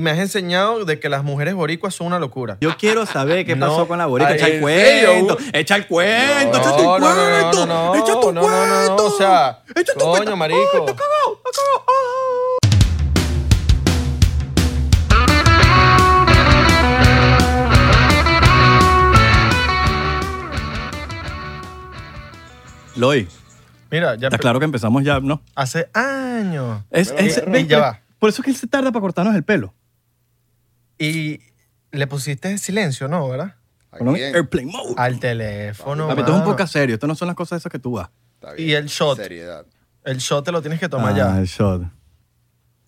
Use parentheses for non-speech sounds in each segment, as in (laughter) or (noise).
me has enseñado de que las mujeres boricuas son una locura. Yo quiero saber qué No. pasó con la boricua. Ay, Echa el ¿en cuento. Echa el cuento. Echa tu cuento. Echa no, tu no, cuento. no, no, o sea, Echa tu coño, cuento. marico. Ay, te cagó, te cagó. Ah. Loy, Mira, ya está pe- claro que empezamos ya, ¿no? hace años. Es, Pero, es- pero, ve- ya va. Por eso es que él se tarda para cortarnos el pelo. Y le pusiste silencio, ¿no? ¿Verdad? ¿A Ponlo en quién? Airplane mode. Al teléfono. Papi, esto es un mano. podcast serio. Esto no son las cosas esas que tú vas. Está er, Y el shot. Seriedad. El shot te lo tienes que tomar Ah, ya. el shot.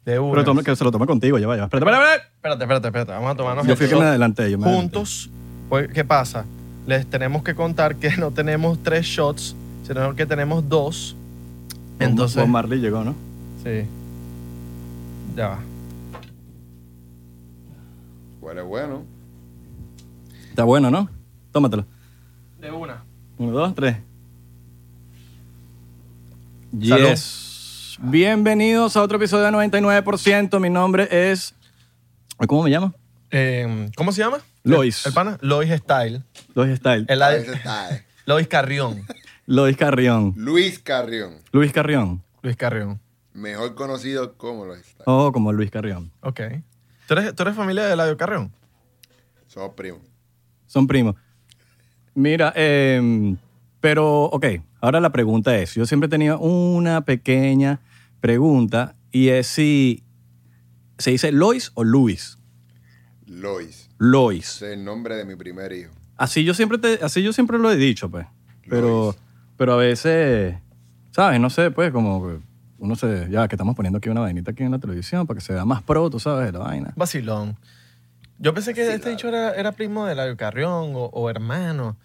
De una. Pero toma- que se lo tome contigo, ya va, ya va. Espérate, espérate, espérate. Espérate, espérate, espérate. Vamos a tomarnos Yo el fui que shot. me adelanté. Yo me adelanté. Juntos, pues, ¿qué pasa? Les tenemos que contar que no tenemos tres shots, sino que tenemos dos. Bob- Entonces. Bob Marley llegó, ¿no? Sí. Ya va. Huele bueno. Está bueno, ¿no? Tómatelo. De una. Uno, dos, tres. Salud. Yes. Bienvenidos a otro episodio de 99%. Mi nombre es... ¿Cómo me llamo? Em, ¿Cómo se llama? Lois. El, el pana. Lois Style. Lois Style. El A ad- veces está, eh. Lois Carrión. Lois Carrión. Luis Carrión, Luis Carrión. Luis Carrión. mejor conocido como Luis está. Oh, como Luis Carrión. Ok. ¿Tú eres, tú eres familia de Eladio Carrión? Somos primos. Son primos. Mira, eh, pero, ok, ahora la pregunta es, yo siempre he tenido una pequeña pregunta y es si se dice Lois o Luis. Lois. Lois. Ese es el nombre de mi primer hijo. Así yo siempre, te- así yo siempre lo he dicho, pues. Pero, Lois. pero a veces, ¿sabes? No sé, pues, como que uno se, ya que estamos poniendo aquí una vainita aquí en la televisión para que se vea más pro, tú sabes, la vaina. Vacilón. Yo pensé que este dicho era, era primo de Eladio Carrión o, o hermano.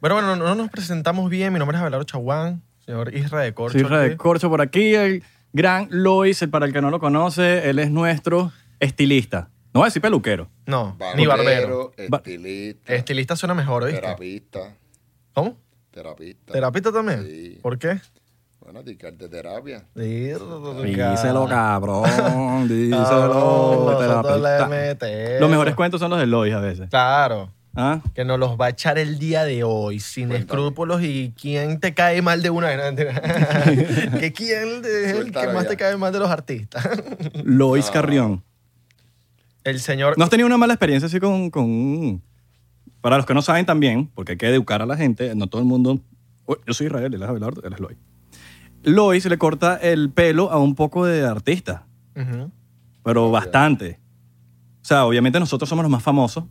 Pero bueno, no, no nos presentamos bien. Mi nombre es Abelardo Chaguán, señor Isra de Corcho. Cifra de aquí. corcho por aquí, el gran Lois, el para el que no lo conoce, él es nuestro estilista. No voy a decir peluquero. No, ni barbero. Ba- Estilista. Estilista suena mejor, ¿viste? terapista. ¿Cómo? Terapista. ¿Terapista también? Sí. ¿Por qué? Bueno, dedicarte a terapia. Oh, Díselo, (laughs) cabrón. Díselo. Cabrón, nosotros Ah, le terapista. metemos. Los mejores cuentos son los de Lois a veces. Claro. ¿Ah? Que nos los va a echar el día de hoy, sin Cuéntame. escrúpulos y quién te cae mal de una (laughs) vez. No, mentira. que quién de- es el que Suéltalo más ya. te cae mal de los artistas. (laughs) Lois Ah. Carrión. el señor. ¿No has tenido una mala experiencia así con, con un- Para los que no saben también, porque hay que educar a la gente, no todo el mundo... Uy, Yo soy Israel, él es Abelardo, él es Lois. Lois le corta el pelo a un poco de artista. Ujú. (laughs) pero bastante. O sea, obviamente nosotros somos los más famosos,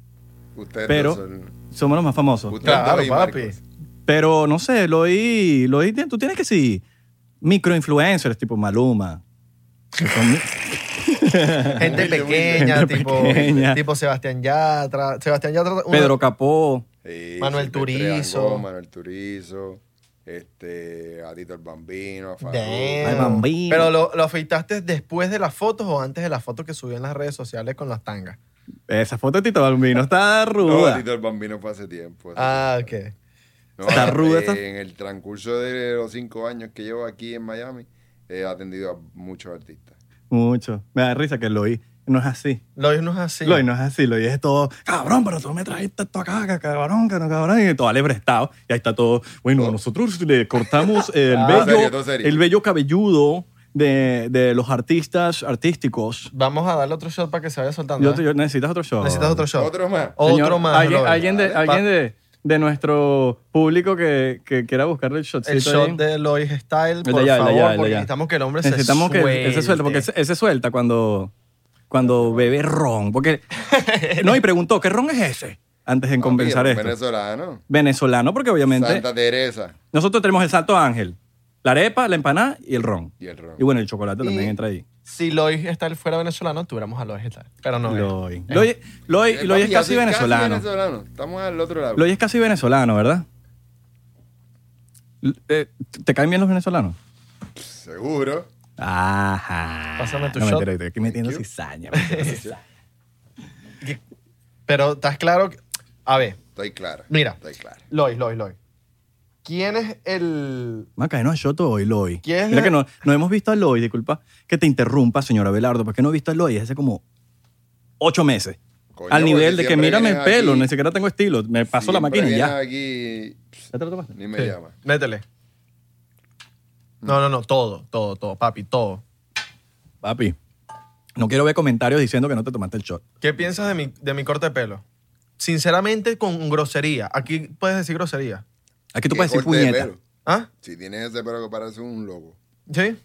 Ustedes Pero- dos son- somos los más famosos. Usted- Claro, Doy, papi. Marcos. Pero no sé, lo oí, lo oí, tú tienes que sí, microinfluencers tipo Maluma. que (laughs) son- Gente Humilde, humilde. pequeña, Gente tipo, pequeña. tipo Sebastián Yatra. Sebastián Yatra. uno- Pedro Capó, Sí, Manuel Silvestre Turizo. Dangond, Manuel Turizo. Este, a Tito el Bambino, a Farruko. Damn. Ay, bambino. Pero lo, lo afeitaste después de las fotos o antes de las fotos que subió en las redes sociales con las tangas. esa foto de Tito Balbino está No, ruda. Tito el Bambino fue hace tiempo. hace Ah, tiempo. ok. No, Está eh, ruda esta. En el transcurso de los cinco años que llevo aquí en Miami, he atendido a muchos artistas. Mucho. Me da risa que lo oí. No es así. Lois no es así. Lo oí no es así. Lo oí es todo, cabrón, pero tú me trajiste esto acá, que cabrón, que no cabrón. Y todo ale prestado. Y ahí está todo. Bueno, Oh. nosotros (laughs) le cortamos el Ah. vello, Todo serio, todo serio. el vello cabelludo de, de los artistas artísticos. Vamos a darle otro shot para que se vaya soltando. Yo, ¿eh? te- yo- necesitas otro show. Necesitas otro shot. Otro más. O- Señor, otro más, Alguien, Lois. alguien de, Dale, alguien pa- de, de nuestro público que, que quiera buscarle el shotcito. El shot ahí. de Lois Style, El de por allá, el de favor, allá, el de porque allá. necesitamos que el hombre Necesitamos se suelte. que ese suelta, porque ese, ese suelta cuando, cuando bebe ron. Porque, (laughs) no, y preguntó, ¿qué ron es ese? Antes de Papi, compensar era un esto. Venezolano. Venezolano, porque obviamente Santa Teresa nosotros tenemos el salto ángel, la arepa, la empanada y el ron. y el ron. Y bueno, el chocolate también Y- entra ahí. Si Lois Style fuera venezolano, tuviéramos a Lois Style. Pero no. es. Loy. Loy, Loy- Eh, Loy papi, es yo casi soy venezolano. venezolano. Estamos al otro lado. Loy es casi venezolano, ¿verdad? L- eh, ¿Te caen bien los venezolanos? Seguro. Ajá. Pásame tu no, shot. mentira, estoy aquí metiendo Thank you. cizaña. metiendo (laughs) cizaña. Pero estás claro. que- A ver, Estoy clara. Mira. Estoy clara. Lois, Lois, Lois. ¿Quién es el. Vamos a caernos a shot hoy, Loy. ¿Quién es Mira la- que no, no hemos visto a Loy, disculpa que te interrumpa, señora Belardo, porque no he visto a Loy. Es ese como ocho meses. Coño, al nivel de porque que siempre mírame el vienes pelo, aquí. ni siquiera tengo estilo. Me paso la Siempre máquina y ya. vienes aquí pss, ¿Ya te lo tomaste? ni me Sí. llama. Métele. No, no, no, todo, todo, todo, papi, todo. Papi, no quiero ver comentarios diciendo que no te tomaste el shot. ¿Qué piensas de mi, de mi corte de pelo? Sinceramente, con grosería. Aquí puedes decir grosería. Aquí tú ¿Qué puedes decir corte de puñeta. pelo? ¿Ah? Si tienes ese pelo que parece un lobo. (laughs) ¿Sí?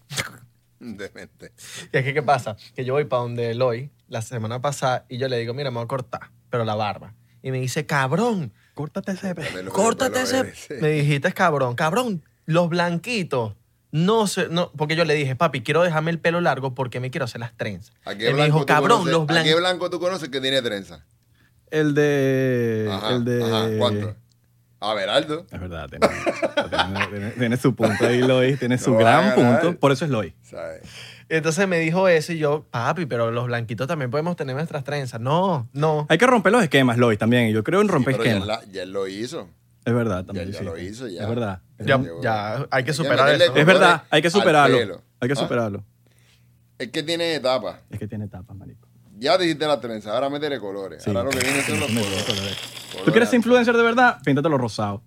Demente. Y es que, ¿qué pasa? Que yo voy para donde Eloy la semana pasada y yo le digo, mira, me voy a cortar, pero la barba. Y me dice, cabrón, córtate ese Córtate pelo. los Córtate pelos, ese ese. Me dijiste, cabrón, cabrón, los blanquitos. No sé, no, porque yo le dije, papi, quiero dejarme el pelo largo porque me quiero hacer las trenzas. ¿A Él me dijo, tú cabrón, conoces- los ¿A qué blanquitos. blanco tú conoces que tiene trenza? El de. Ajá, el de. ajá, ¿Cuánto? A Beraldo. Es verdad, tiene, tiene- tiene- tiene su punto ahí, Lois. Tiene su No va a gran ganar. punto. Por eso es Lois. ¿Sabes? Entonces me dijo eso y yo, papi, pero los blanquitos también podemos tener nuestras trenzas. No, no. Hay que romper los esquemas, Lois, también. Yo creo en romper Pero ya, esquemas. la- ya él lo hizo. Es verdad, también. ya lo sí. hizo, ya. Es verdad. Es Ya, verdad. ya, hay que que superar meterle eso. con- Es verdad, hay que Al superarlo. pelo. Hay que Ah. superarlo. Es que tiene etapas. Es que tiene etapas, marico. Ya dijiste la trenza, ahora métele colores. Sí. Ahora lo que viene son los Me gusta, colores. colores. ¿Tú Colores quieres ser azul. influencer de verdad? Píntate los rosados.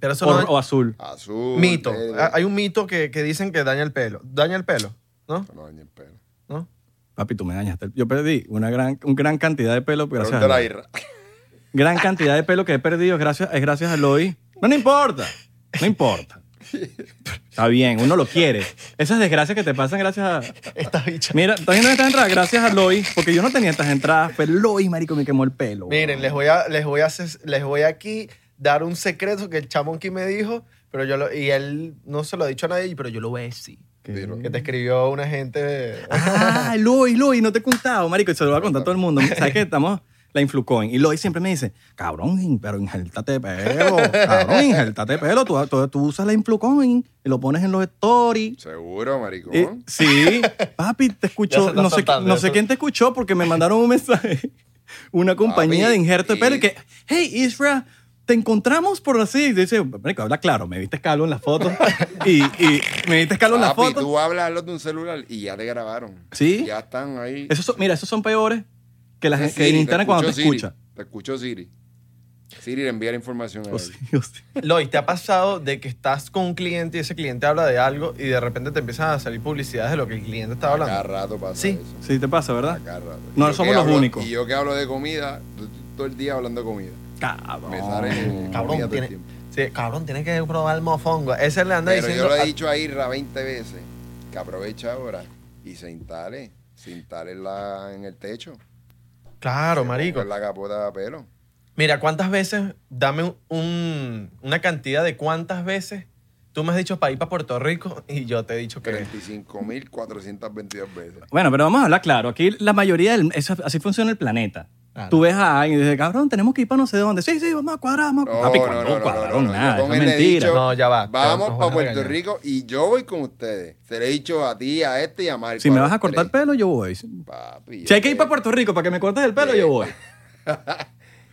Pero eso O, no es- o azul. Azul. mito. verde. Ah, Hay un mito que, que dicen que daña el pelo. Daña el pelo, ¿no? No, dañe el pelo. ¿No? Papi, tú me dañaste. el- Yo perdí una gran, un gran cantidad de pelo gracias a Pregúntale a Lois. Irra. (laughs) Gran cantidad de pelo que he perdido es gracias, es gracias a Lois. No, no importa. No importa. Está bien, uno lo quiere. Esas desgracias que te pasan gracias a... Esta bicha. Mira, ¿estás viendo estas entradas? Gracias a Lois, porque yo no tenía estas entradas, pero Lois, marico, me quemó el pelo. Miren, les voy a, les voy a, hacer- les voy a aquí dar un secreto que el chamo aquí me dijo, pero yo lo, y él no se lo ha dicho a nadie, pero yo lo voy a decir. Que- Que te escribió una gente. Ah, Lois, Lois, no te he contado, marico, y se lo va a contar a todo el mundo. ¿Sabes que estamos la Influcoin? Y Lois siempre me dice, cabrón, pero injertate de pelo, cabrón, injertate de pelo. Tú, tú- tú usas la Influcoin y lo pones en los stories. Seguro, maricón. Eh, sí, papi, te Ya se escuchó. está No sé, soltando, no ya sé se- quién te escuchó porque me mandaron un mensaje. (laughs) Una compañía Papi, de injerto de pelo y y- que, hey, Isra, te encontramos por así. Y dice, marico, habla claro, me viste calvo en (laughs) las fotos. y, y me viste calvo en las Papi, fotos. tú hablas a los de un celular y ya te grabaron. Sí. Ya están ahí. Esos son- mira, esos son peores que las Sí, que Siri, en Instagram cuando te escucho, Siri. escucha. Oh, Te escuchó Siri. Siri le envía la información a él. Dios, (laughs) Dios. (laughs) Lois, ¿te ha pasado de que estás con un cliente y ese cliente habla de algo y de repente te empiezan a salir publicidades de lo que el cliente estaba A cada hablando? rato pasa Sí. eso. Sí, te pasa, A ¿verdad? cada rato. No, Y yo somos que los hablo- únicos. Y yo que hablo de comida, tú- tú- todo el día hablando de comida. Cabrón. Me sale comida Cabrón, todo el tiene, tiempo. sí, cabrón, tiene que probar el mofongo. Ese le anda Pero diciendo. yo le he dicho a Irra 20 veces que aprovecha ahora y se instale. Se instale en, la- en el techo. ah, Claro, Se marico. ponga la capota de pelo. Mira, ¿cuántas veces, dame un- un- una cantidad de cuántas veces tú me has dicho para ir para Puerto Rico y yo te he dicho que 35.422 veces. Bueno, pero vamos a hablar claro. Aquí la mayoría, del, eso- así funciona el planeta. Claro. Tú ves a alguien y dices, cabrón, tenemos que ir para no sé dónde. Sí, sí, vamos a cuadrar, vamos a No, cuadrar. Papi, no, ¿cuándo no, no, cuadraron no, no, nada, yo eso con es él le he mentira. dicho- No, ya va. te- nos Vamos van para a Puerto regañar. Rico y yo voy con ustedes. Se le he dicho a ti, a este y a Mario. si me vas a cortar pelo, yo voy. Si Papi, este hay que ir para Puerto Rico para que me cortes el pelo, Sí. yo voy. (laughs)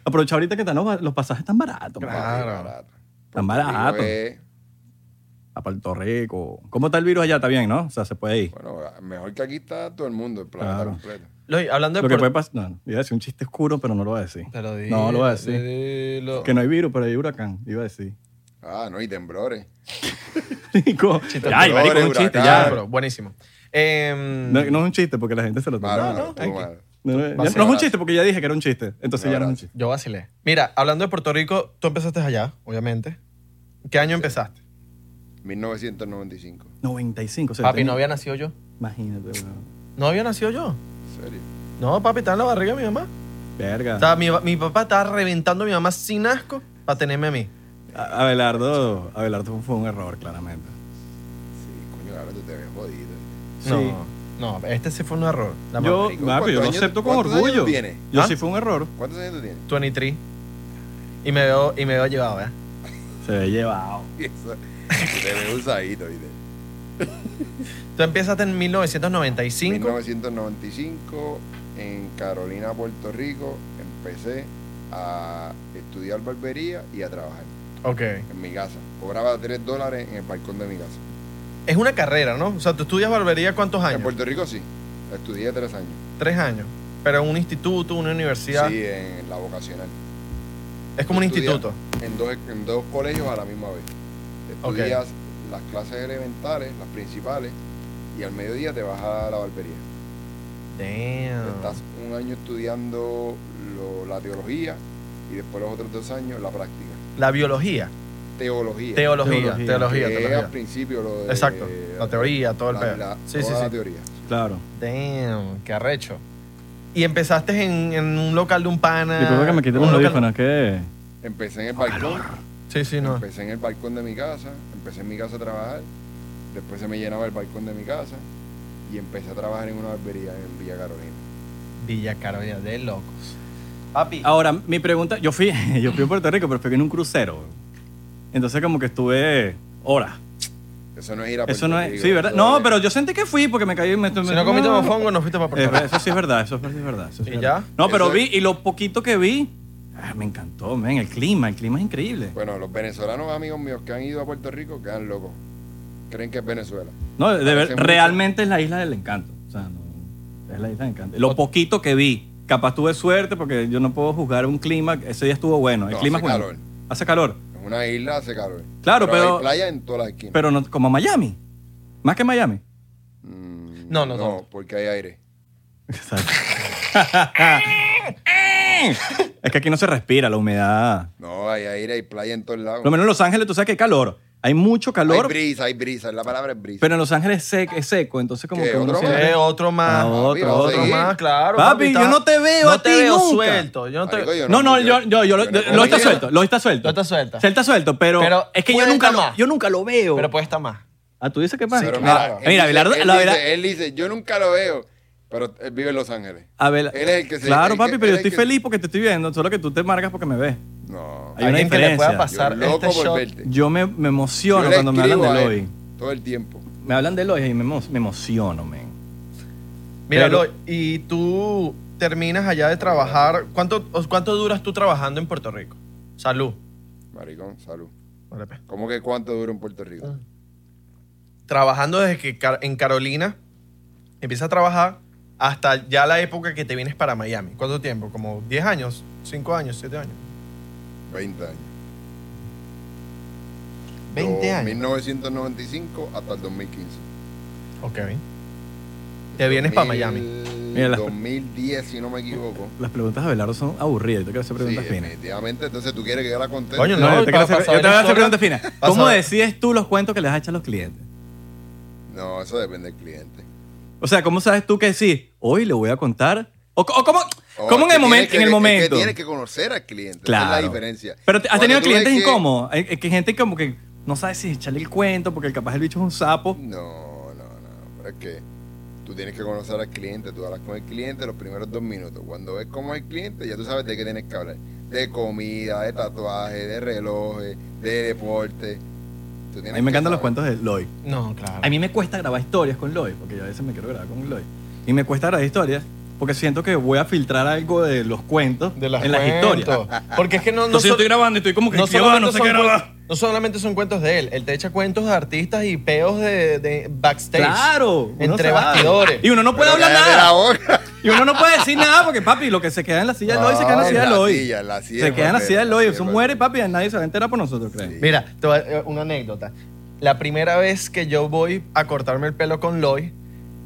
Aprovecha ahorita que están los, los pasajes tan baratos. Claro. man. Ah, Tan Tan barato. eh, A Puerto Rico. ¿Cómo está el virus allá? Está bien, ¿no? O sea, se puede ir. Bueno, mejor que aquí está todo el mundo, el planeta Claro. completo. Loy, hablando de Lo que puede Puerto- pasar. No, no, iba a decir un chiste oscuro, pero no lo voy a decir. Pero di- no, lo voy a decir. dilo. Que no hay virus, pero hay huracán. Iba a decir. (laughs) Ah, no, y temblores. Chico. Ya, ay, marico, es un huracán. chiste, Ya, ya. bro, Ah, buenísimo. Em, No, no es un chiste porque la gente se lo toma. Malo, No, no, estuvo hay que- malo. no, no, ya- Vas Ah, a no es un llorar. chiste porque ya dije que era un chiste. Entonces ya no es un Llorar. chiste. Yo vacilé. Mira, hablando de Puerto Rico, tú empezaste allá, obviamente. ¿Qué año empezaste? 1995. 95. o sea, Papi, tenía- no había nacido yo. Imagínate, weón. ¿No había nacido yo? En serio. No, papi, estaba en la barriga de mi mamá. Verga. Estaba- mi, mi papá estaba reventando a mi mamá sin asco para tenerme a mí. A- Abelardo, Abelardo fue un error, claramente. Sí, coño, ahora tú te ves jodido. Sí. No, no, este sí fue un error. La mamá. Yo, papi, yo ¿Cuántos lo años- acepto con cuántos años orgullo. tienes? Yo ¿Ah? sí fue un error. ¿Cuántos años tú tienes? (laughs) 23. Y me veo, y me veo llevado, ¿eh? ¿verdad? Se ve llevado. Eso, tú te ves usadito, ¿viste? Tú empezaste en 1995. 1995 en Carolina, Puerto Rico, empecé a estudiar barbería y a trabajar Ok. en mi casa. Cobraba 3 dólares en el balcón de mi casa. Es una carrera, ¿no? O sea, tú estudias barbería cuántos En años? Puerto Rico sí, estudié 3 años. Tres años. Pero en un instituto, una universidad. Sí, en la vocacional. es como un estudiar. instituto. En dos, en dos colegios a la misma vez. Ok. Estudias las clases elementales, las principales, y al mediodía te vas a la barbería. Estás Damn. un año estudiando lo- la teología y después los otros dos años la práctica. La biología. Teología. Teología, Teología. teología, que es al teología. principio lo de... Exacto. La teoría, todo el la- pedo. la- Sí, sí, toda la sí. teoría. Claro. Damn, qué arrecho. Y empezaste en, en un local de un pana. Disculpa que me quiten un los local- audífonos, que Empecé Ah, en el balcón, Sí, sí, no. empecé en el balcón de mi casa, empecé en mi casa a trabajar, después se me llenaba el balcón de mi casa y empecé a trabajar en una barbería en Villa Carolina. Villa Carolina de locos. Papi. Ahora, mi pregunta, yo fui, (laughs) yo fui a Puerto Rico, pero fui en un crucero. Entonces como que estuve horas. Eso no es ir Eso a Puerto no es, Rico, sí, ¿verdad? eso No, es- pero yo sentí que fui porque me caí. y Me, si me- no comiste mofongo, no fuiste para Puerto Eh, Rico. Eso sí es verdad, eso sí es verdad. eso sí es ¿Y verdad. ya? No, pero Eso- vi, y lo poquito que vi, ah, me encantó, men, el clima, el clima es increíble. Bueno, los venezolanos amigos míos que han ido a Puerto Rico quedan locos. Creen que es Venezuela. No, de ver- Parece mucho. realmente es la isla del encanto. O sea, no, es la isla del encanto. Lo poquito que vi, capaz tuve suerte porque yo no puedo juzgar un clima, ese día estuvo bueno, el No, clima hace es bueno. calor. Hace calor, Es una isla, hace calor. Claro, pero- Hay playa en todas las esquinas. pero no como Miami, más que Miami. Mm, No, no, No, no. porque hay aire. Exacto. es que aquí no se respira la humedad. No, hay aire, hay playa en todos lados. Por lo menos en Los Ángeles tú sabes que hay calor, hay mucho Hay calor, brisa, hay brisa. La palabra es brisa. pero en Los Ángeles es sec- es seco, entonces como ¿Qué, que uno otro siempre- más? Eh, otro más. Ah, otro, otro otro. más, claro. Papi, yo estás- no te veo No a te ti veo nunca. suelto. Yo no te Marico, yo No, no, yo, yo, yo, lo, no lo he está comido. suelto, lo está suelto. Lo está suelto. Sí, está suelto, pero, Pero es que yo puede nunca estar lo, más. yo nunca lo veo. Pero puede estar más. ah, tú dices que pasa. Pero Ah, mira, él mira, dice- Abelardo, él la dice- verdad. Él dice, yo nunca lo veo, pero él vive en Los Ángeles. Abel- él es el que se- claro, el que- papi, pero él yo es el estoy que- feliz porque te estoy viendo, solo que tú te marcas porque me ves. No. Hay una Alguien que le pueda diferencia. pasar Yo loco este por shot. verte. Yo me, me Yo emociono le cuando me hablan escribo de a él Eloy. Todo el tiempo. Me hablan de Eloy y me, emo- me emociono, men. Míralo, Pero- y tú terminas allá de trabajar. ¿Cuánto, os- ¿Cuánto duras tú trabajando en Puerto Rico? Salud. Maricón, salud. Vale, pues. ¿Cómo que cuánto dura en Puerto Ah. Rico? Trabajando desde que Car- en Carolina empiezas a trabajar hasta ya la época que te vienes para Miami. ¿Cuánto tiempo? ¿Como 10 años? ¿5 años? ¿7 años? 20 años. 20 Yo, años. 1995 hasta el 2015. Ok. Te vienes para Miami. 2000, Mira las- 2010, si no me equivoco. Las preguntas de Abelardo son aburridas. Yo te quiero hacer Sí, preguntas finas. definitivamente. Entonces tú quieres que yo la conteste. Coño, No, No, yo te para- quiero hacer, para saber yo te voy a hacer historia, preguntas finas. para ¿Cómo saber- decides tú los cuentos que les echas a los clientes? No, eso depende del cliente. O sea, ¿cómo sabes tú que sí? Hoy le voy a contar. O, o cómo, Oh, ¿cómo en el es que momento. tienes que- en el Es que momento. tienes que conocer al cliente. Claro. Esa es la diferencia. Pero te- has Cuando tenido tú ves clientes que- incómodos. Hay, hay que gente como que no sabe si echarle el cuento porque capaz el bicho es un sapo. No, no, no. Pero es que tú tienes que conocer al cliente. Tú hablas con el cliente los primeros dos minutos. Cuando ves cómo es el cliente, ya tú sabes de qué tienes que hablar. De comida, de tatuaje, de relojes, de deporte. Tú tienes A mí me que encantan los saber. cuentos de Lloyd. No, claro. A mí me cuesta grabar historias con Lloyd, porque yo a veces me quiero grabar con Lloyd. Y me cuesta grabar historias porque siento que voy a filtrar algo de los cuentos De las en las cuento. historias. Porque es que no, no, Entonces yo so- estoy grabando y estoy como que no "Ya va, no solamente sé qué son grabar. cuen- no solamente son cuentos de él, él te echa cuentos de artistas y peos de, de backstage. Claro, uno Entre sabe. bastidores. Y uno no puede Pero hablar cállate la nada. boca. Y uno no puede decir nada porque, papi, lo que se queda en la silla de Lloyd se queda en la No, silla de en la Lloyd. silla, en la silla, Se queda en la papi, silla de en la Lloyd. silla, Eso papi. muere, papi, y nadie se va a enterar por nosotros, ¿crees? Mira, te voy a- eh, una anécdota. La primera vez que yo voy a cortarme el pelo con Loy,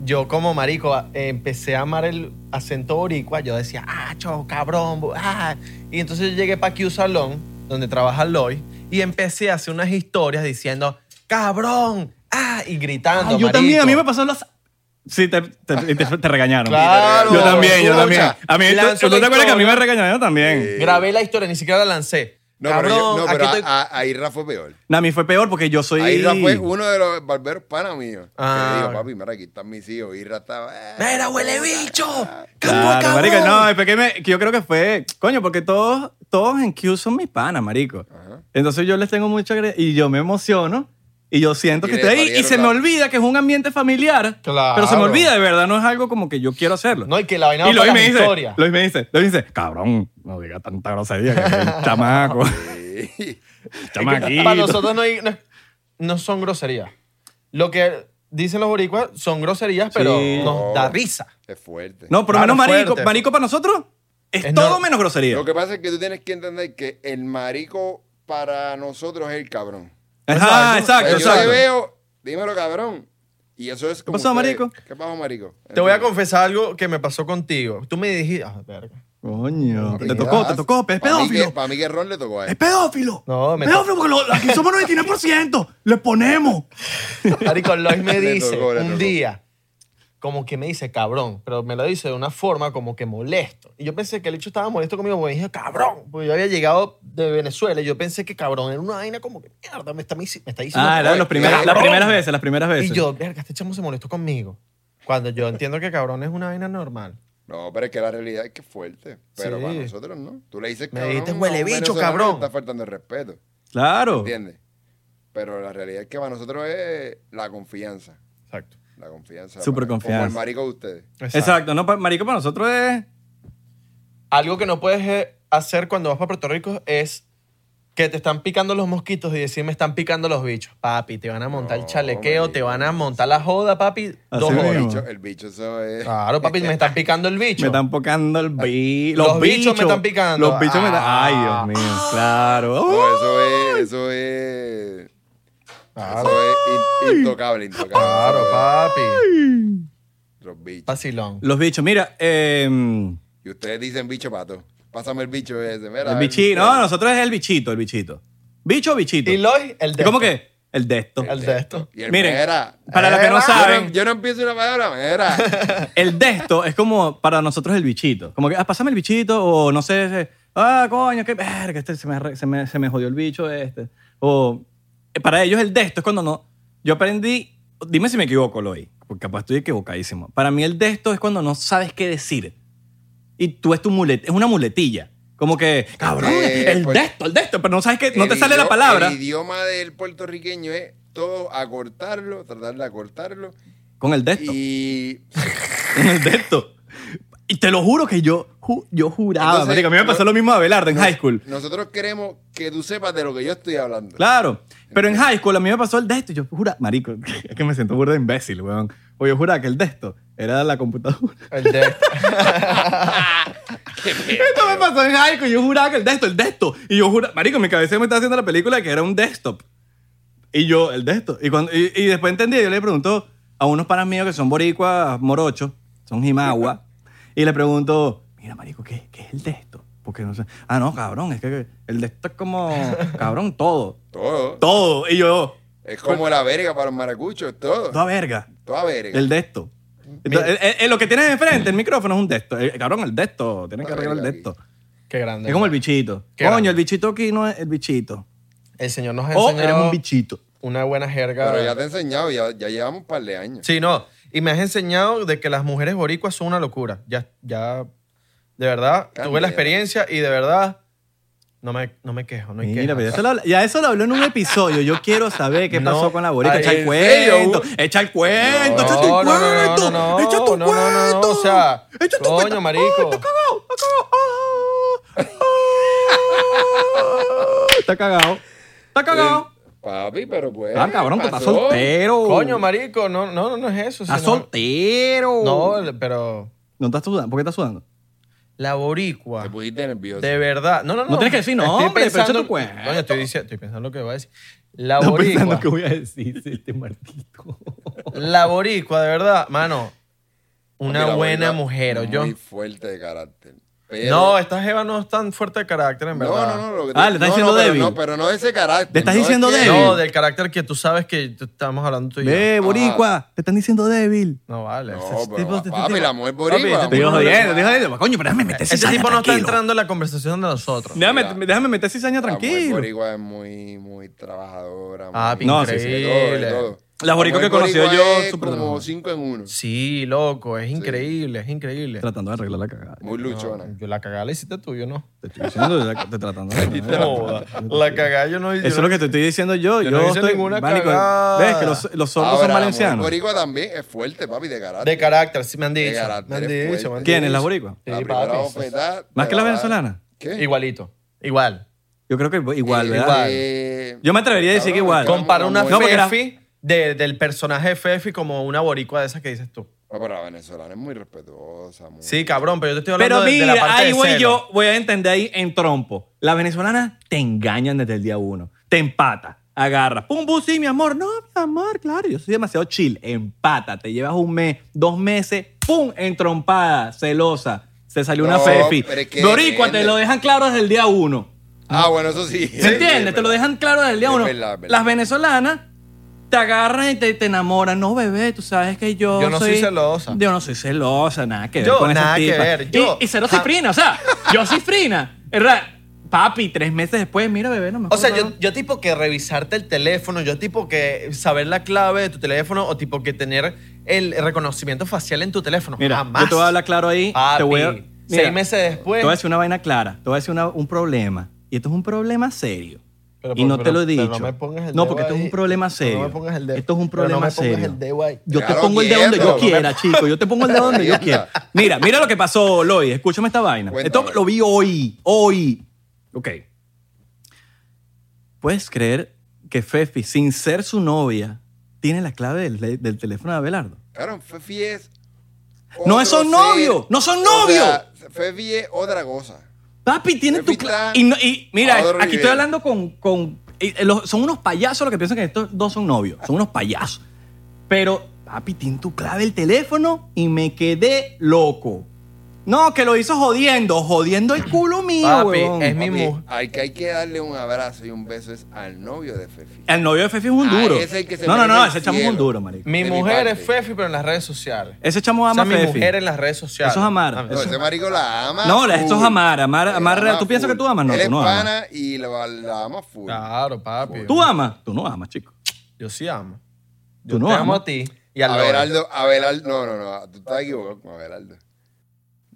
yo como marico a- eh, empecé a amar el acento boricua. Yo decía, ah, cho, cabrón, bu- ah. Y entonces yo llegué para Q Salón, donde trabaja Loy, y empecé a hacer unas historias diciendo, cabrón, ah, y Ah, gritando. yo también, marico. a mí me pasó las. Sí, te, te- te- te regañaron. Claro. Yo también, yo Escucha, también. A mí, lanzo ¿tú, tú la te acuerdas que a mí me historia. regañaron también? Sí. Grabé la historia, ni siquiera la lancé. No, cabrón, pero, yo- no, aquí pero a- estoy- a- a Irra fue peor. No, a mí fue peor porque yo soy. A Irra fue uno de los barberos pana míos. Que Ah. le digo, papi, mira, aquí están mis hijos. Irra estaba. eh, ¡Mira, huele bicho! Claro, ¡Campo, cabrón! marico, no, es que, me- que yo creo que fue, coño, porque todos, todos en Q son mis panas, marico. Ajá. Entonces yo les tengo mucha agre- y yo me emociono y yo siento Y que le estoy ahí y parieron se me la- olvida que es un ambiente familiar. Claro. Pero se me olvida, de verdad, no es algo como que yo quiero hacerlo. No, y que la vaina va y Lois para me, las dice, historias. Lois me dice, Lois dice, cabrón, no diga tanta grosería, que (laughs) el chamaco, Sí. (laughs) chamaquito. Para nosotros no, hay- no- no son groserías. Lo que dicen los boricuas son groserías, pero Sí. nos da No. risa. Es fuerte. No, por lo Claro, menos marico. fuerte. Marico para nosotros es, Es todo no- menos grosería. Lo que pasa es que tú tienes que entender que el marico para nosotros es el cabrón. Pues, Ajá, exacto, Yo exacto. te veo, dímelo cabrón. Y eso es como. pasó, ustedes- marico? ¿Qué pasó, marico? Te voy a confesar algo que me pasó contigo. Tú me dijiste. ah, (laughs) verga. Coño, Papi, te ¿qué tocó, das? te tocó, es Pa' mí que- pedófilo. Para mí que Ron le tocó a Es él. pedófilo. No, me- pedófilo, porque lo- aquí somos 99%. Le ponemos. Marico, Lois me Le dice tocó, le un tocó. día, como que me dice cabrón, pero me lo dice de una forma como que molesto. Y yo pensé que el hecho estaba molesto conmigo, porque me dije cabrón, porque yo había llegado de Venezuela y yo pensé que cabrón era una vaina como que mierda, me está, me está diciendo. (laughs) Ah, era de los primeros- las cabrón". primeras veces, las primeras veces. Y yo, verga, este chamo se molestó conmigo. Cuando yo entiendo que cabrón es una vaina normal. No, pero es que la realidad es que es fuerte. Pero Sí. para nosotros no. Tú le dices Me cabrón. dijiste, a un "Huele bicho, venezolano cabrón". que Está faltando el respeto. Claro. ¿Entiendes? Pero la realidad es que para nosotros es la confianza. Exacto. La confianza. Súper para- confianza. Como el marico de ustedes. Exacto. No, pa- marico para nosotros es. Algo que no puedes eh, hacer cuando vas para Puerto Rico es que te están picando los mosquitos y decir me están picando los bichos. Papi, te van a montar el No, chalequeo, marico. te van a montar la joda, papi. Así dos mismo. Ah. horas. El Coño. bicho, el bicho eso es. Claro, papi, me están picando el bicho. Me están picando el bi... Los bichos me están picando. Los bichos me están. Ah. Pues, Ay, Dios mío. Claro. Uh, No, eso es. Eso es. Claro, Eso es in- intocable, intocable. claro, Eso es papi. Los bichos. Vacilón. Los bichos, mira. eh, Y ustedes dicen bicho pato. Pásame el bicho ese. Mira, el a ver, bichito. ustedes. No, nosotros es el bichito, el bichito. Bicho o bichito. Y Lois, el de. ¿Cómo que? El de esto. El de Eh, esto. Y el Miren, mera. para los que no Yo saben, Yo no empiezo una palabra, (laughs) mera. el de esto es como para nosotros el bichito. Como que, ah, pásame el bichito, o no sé, ese, ah, coño, qué verga, este se me, arre- se, me, se me jodió el bicho este. O eh, para ellos el de esto es cuando no. Yo aprendí, dime si me equivoco, Loy, porque capaz estoy equivocadísimo. Para mí el de esto es cuando no sabes qué decir. Y tú es tu mulet, es una muletilla. Como que, cabrón, Eh, el pues, eh, de esto, el de esto, pero no sabes que, no te El sale idio- la palabra El idioma del puertorriqueño es todo acortarlo, tratar de acortarlo. con el de esto. Y. en el de esto. Y te lo juro que yo, ju- yo juraba, Entonces, marico, a mí me no- pasó lo mismo a Belardo en high school. Nosotros queremos que tú sepas de lo que yo estoy hablando. Claro, pero en high school a mí me pasó el de esto. y Yo jura, marico, (laughs) es que me siento burda de imbécil, weón. O yo juraba que el de esto era la computadora. El de esto. (laughs) (laughs) Esto me pasó en high school. Yo juraba que el de esto, el de esto. Y yo juraba, marico, en mi cabeza me estaba haciendo la película de que era un desktop. Y yo, el de esto. Y, cuando, y, y después entendí, yo le pregunto a unos panas míos que son boricuas morochos, son jimagua, y le pregunto, mira, marico, ¿qué, qué es el de esto? Porque no sé. Ah, no, cabrón, es que el de esto es como, cabrón, todo. Todo. Todo. Y yo, Es como la verga para los maracuchos, todo. toda verga. Toda verga. El de esto. Entonces, eh, eh, lo que tienes enfrente, el micrófono es un de esto. Eh, cabrón, el de esto. Tienes que Toda arreglar el de verga esto. aquí. Qué grande. Es como el bichito. Qué Coño, grande. el bichito aquí no es el bichito. El señor nos ha O Oh, eres enseñado un bichito. una buena jerga. Pero ya te he enseñado, ya, ya llevamos un par de años. Sí, no. Y me has enseñado de que las mujeres boricuas son una locura. Ya, ya, de verdad, Cambia. tuve la experiencia y de verdad, no me, no me quejo, no hay Mira, quejas. pero eso lo- ya eso lo habló en un episodio. Yo quiero saber qué (laughs) No, pasó con la borita. ay, Echa el ¿en serio? cuento. Echa el cuento. echa tu No, no, no, no, cuento. no, no, echa no, tu no, no, cuento. no, o sea, echa tu coño, cuento. marico. Ay, está cagado. Está cagado. Ah, ah, está cagado. Está cagado. Eh, Papi, pero pues. Ah, cabrón, que está pasó. soltero. Coño, marico, no, no, no, Pues, no es eso. Está sino- soltero. No, pero No estás sudando. ¿Por qué estás sudando? la boricua, Te pusiste nervioso. de verdad. No, no, no. No tienes que decir Estoy nombre, pero echa pensando- tu cuento. Coño, estoy, diciendo, estoy pensando lo que voy a decir. La Estás boricua, pensando que voy a decir este martito. la boricua, de verdad, mano, una Mira, buena Bolívar, mujer, yo. Muy fuerte de carácter. Pero- No, esta jeva no es tan fuerte de carácter, en no, verdad. no, no. Lo que Ah, te- le estás no, diciendo no, pero débil. No, pero no ese carácter. Le estás no diciendo es que- débil. No, del carácter que tú sabes que t- estamos hablando tú y yo. Ve, boricua, te están diciendo débil. No vale. No, Ese- tipo- pero este papi, tipo- la mujer Papi, boricua. este Te la Te mujer digo digo jodiendo, boricua. te digo jodiendo. Coño, pero déjame meter Ese cizaña tipo no está tranquilo. entrando en la conversación de nosotros. Déjame, déjame meter cizaña La mujer tranquilo. boricua es muy, muy trabajadora. Ah, muy- No, sí, sí, increíble. de todo, de todo. Las La boricua mujer que he conocido boricua yo, es súper como normales. cinco en uno. Sí, loco, es increíble, es increíble. Tratando de arreglar la cagada. Muy No, luchona. yo la cagada la hiciste tú, yo no. Te estoy diciendo, la- te tratando de arreglar la Joda, la cagada yo no hice. Eso es lo que te estoy diciendo yo. Yo Yo, no hice estoy, ninguna marico, cagada. ¿Ves que los, los sordos Ahora, son La valencianos? mujer boricua también es fuerte, papi, de carácter. De carácter, sí me han dicho. carácter Me han es dicho, fuerte. me han ¿Quién dicho. es la boricua? Sí, La primera papi. bofetada ¿Más te que la va- venezolana? ¿Qué? Igualito, igual. Yo creo que igual, Eh, ¿verdad? igual. eh, Yo me atrevería a decir que cabrón, igual. estamos Compara una muy- No, porque la- fefi de- del personaje de Fefi como una boricua de esas que dices tú. No, pero la venezolana es muy respetuosa. muy- Sí, cabrón, pero yo te estoy hablando Pero de, de la mira, parte ahí de voy celo. yo, voy a entender ahí en trompo. Las venezolanas te engañan desde el día uno. Te empata, agarras. Pum, pum, sí, mi amor. No, mi amor, claro, yo soy demasiado chill. Empata, te llevas un mes, dos meses, pum, entrompada, celosa. Se salió una No, fefi. pero es que Boricua, te depende. lo dejan claro desde el día uno. Ah, bueno, eso sí. ¿Se entiende? Te lo dejan claro desde el día Es uno. verdad, es verdad. Las venezolanas te agarran y te, te enamoran. No, bebé, tú sabes que yo. Yo no soy celosa. Yo no soy celosa, nada que ver. Yo, con esas nada que tipas. ver, Y- yo, y, cero ja- cifrina, o sea, yo cifrina. Es ra- Papi, tres meses después, mira, bebé, no me O sea, acuerdo. yo, yo tipo que revisarte el teléfono, yo tipo que saber la clave de tu teléfono o tipo que tener el reconocimiento facial en tu teléfono. Mira, Jamás. yo te voy a hablar claro ahí. te Papi, voy a- mira, seis meses después. Te voy a decir una vaina clara, te voy a decir una- un problema. Y esto es un problema serio. Pero, y pero, no te pero, lo he pero dicho. no me pongas el No, dedo porque esto es ahí. un problema Pero no serio. me pongas el dedo. Esto es un Pero no me pongas problema serio. el dedo ahí. Yo te Claro, pongo el dedo donde yo quieto. quiera, chico. Yo te pongo el dedo donde yo quiera. Mira, mira lo que pasó, Lloyd. Escúchame esta vaina. Cuéntame. Esto lo vi hoy. Hoy. Ok. ¿Puedes creer que Fefi, sin ser su novia, tiene la clave del, del teléfono de Abelardo? Claro, Fefi es. No otro son ser. novios, no son O novios. sea, Fefi es otra cosa. Papi, tiene tu Fefi cla- está y, no- y mira, a otro aquí estoy nivel. hablando con. con- y- eh, los- son unos payasos los que piensan que estos dos son novios. Son unos payasos. Pero, papi, tiene tu clave el teléfono y me quedé loco. No, que lo hizo jodiendo, jodiendo el culo mío, Papi, huevón. es mi- Papi, mujer. Al que hay que darle un abrazo y un beso es al novio de Fefi. El novio de Fefi es un Ah, duro. ese es el que se no, no, merece no, el ese chamo es cielo. un duro, marico. Mi De mi mujer es parte. Fefi, pero en las redes sociales. Ese chamo O ama sea, a mi Fefi. mujer en las redes sociales. Eso es amar. Amén. No, Eso- ese marico la ama. No, la- full. esto es amar, amar- Él amar- ama ¿tú piensas que full. tú amas? No, Él tú es no amas. pana y la, la ama full. Claro, papi. ¿Tú amas? Tú no amas, chico. Yo sí amo. Tú Yo no te amo amas. a ti y al Lore. Abelardo, Abelardo, no, no, no, tú estás equivocado con Abelardo.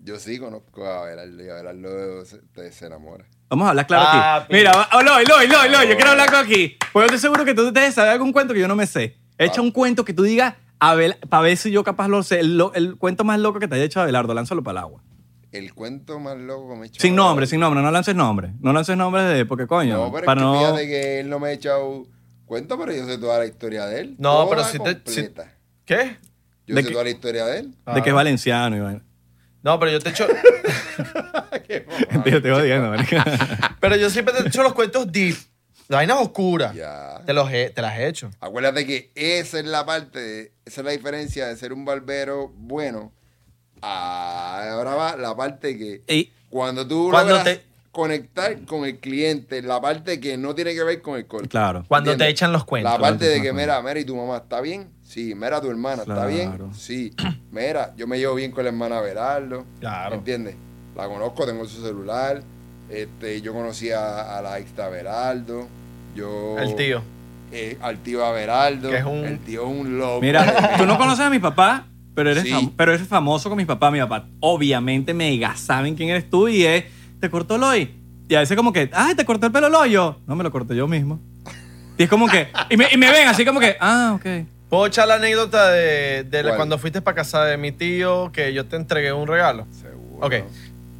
Yo sí conozco a Abelardo y Abelardo se, te- se enamora. Vamos a hablar claro aquí. Papi. Mira, va- oh, Loy, Loy, Loy, Loy, yo quiero hablar con aquí. Pues yo estoy seguro que tú te sabes algún cuento que yo no me sé. Echa un cuento que tú digas, para ver si yo capaz lo sé. El, lo- el cuento más loco que te haya hecho Abelardo, lánzalo para el agua. El cuento más loco que me he echado. Sin nombre, sin nombre, no lances nombre. No lances nombres de, porque coño, No, pero para es que no... fíjate que él no me ha echado cuento, pero yo sé toda la historia de él. No, toda pero si te- si- completa. ¿Qué? Yo ¿De sé qué? toda la historia (laughs) de él. De que es valenciano, (laughs) Iván. No, pero yo te echo. Qué Tío, te jodiendo, marica. (laughs) pero yo siempre te he hecho los cuentos deep. La vaina oscura. Ya. Te, los he- te las he hecho. Acuérdate que esa es la parte, de- esa es la diferencia de ser un barbero bueno. a- ahora va la parte que Y- cuando tú Cuando logras te- conectar con el cliente, la parte que no tiene que ver con el corte. Claro. Cuando te ¿Entiendes? echan los cuentos. La parte de Ah, que, bueno. mira, mira, ¿y tu mamá está bien? Sí, mira, tu hermana está Claro. bien. Sí, mira, yo me llevo bien con la hermana Veraldo. Claro. ¿Entiendes? La conozco, tengo su celular. Este, yo conocí a, a la ex de Veraldo. Yo, El tío. eh, al tío Averaldo. Que es un- El tío es un loco. Mira, tú no conoces a mi papá, pero eres, Sí. fam- pero eres famoso con mi papá. Mi papá, obviamente, mega saben quién eres tú y es, te cortó el hoy. Y a veces como que, ay, te cortó el pelo el hoyo. No, me lo corté yo mismo. Y es como que, y me, y me ven así como que, ah, ok. ¿Puedo echar la anécdota de, de la- ¿Cuál? cuando fuiste para casa de mi tío que yo te entregué un regalo? Seguro. Ok,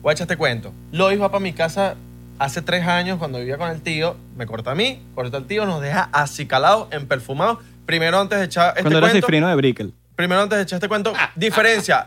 voy a echarte cuento. Lois va para mi casa hace tres años cuando vivía con el tío. Me corta a mí, corta al tío, nos deja acicalados, emperfumados. Primero antes de echar este Cuando eres cuento. cifrino de Brickell. Primero antes de echar este cuento. diferencia.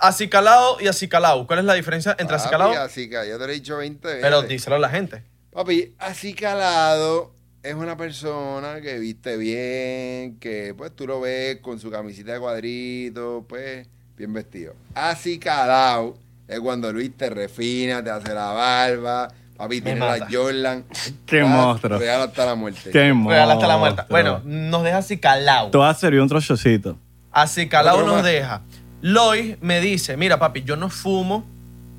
Acicalado y acicalado. ¿Cuál es la diferencia entre acicalado? Papi, así que yo te lo he dicho 20 veces. Pero díselo a la gente. Papi, así calado es una persona que viste bien, que pues tú lo ves con su camisita de cuadrito, pues bien vestido. Así calado es cuando Luis te refina, te hace la barba, papi tiene mata. la Jordan. (laughs) Qué Ah, monstruo. Real hasta la muerte. Qué Regala hasta la muerte. monstruo. Bueno, nos deja acicalado. Tú has servido un trochocito. Así calado Otro nos más. deja. Lois me dice, mira papi, yo no fumo,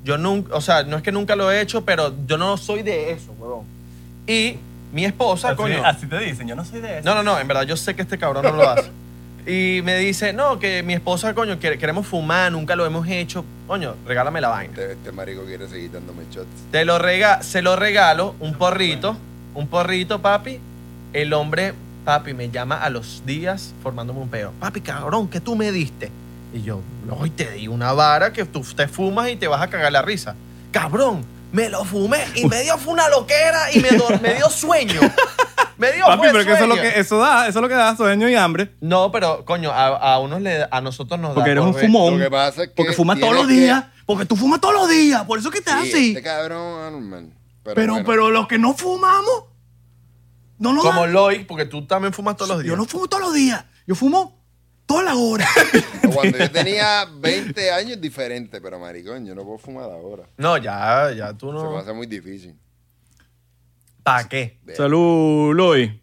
yo nunca, o sea, no es que nunca lo he hecho, pero yo no soy de eso, huevón. Y mi esposa, coño. Ah, te dicen, yo no soy de No, no, no, en verdad yo sé que este cabrón no lo hace. Y me dice, no, que mi esposa, coño, que- queremos fumar, nunca lo hemos hecho. Coño, regálame la vaina. Este, este marico quiere seguir dándome shots. Te lo rega se lo regalo, un porrito, un porrito, papi. El hombre, papi, me llama a los días formándome un peo. Papi, cabrón, ¿qué tú me diste? Y yo, hoy te di una vara que tú te fumas y te vas a cagar la risa. Cabrón, me lo fumé y me dio fue una loquera y me, do- me dio sueño. Me dio Papi, fue pero que eso es lo sueño. que eso da, eso es lo que da sueño y hambre. No, pero coño, a, a unos le, a nosotros nos Porque da eres por un ver- fumón. Lo que pasa es que porque fumas todos tienes los que- días. Porque tú fumas todos los días. Por eso que estás Sí, así. Este cabrón, Anorman. Pero, pero, bueno, pero los que no fumamos, no nos Como da- Loic, porque tú también fumas todos los días. Yo no fumo todos los días. Yo fumo todas las (laughs) horas. (laughs) Cuando yo tenía 20 años, diferente, pero maricón, yo no puedo fumar ahora. No, ya, ya tú Se me no. hace muy difícil. ¿Para qué? Salud, Loy.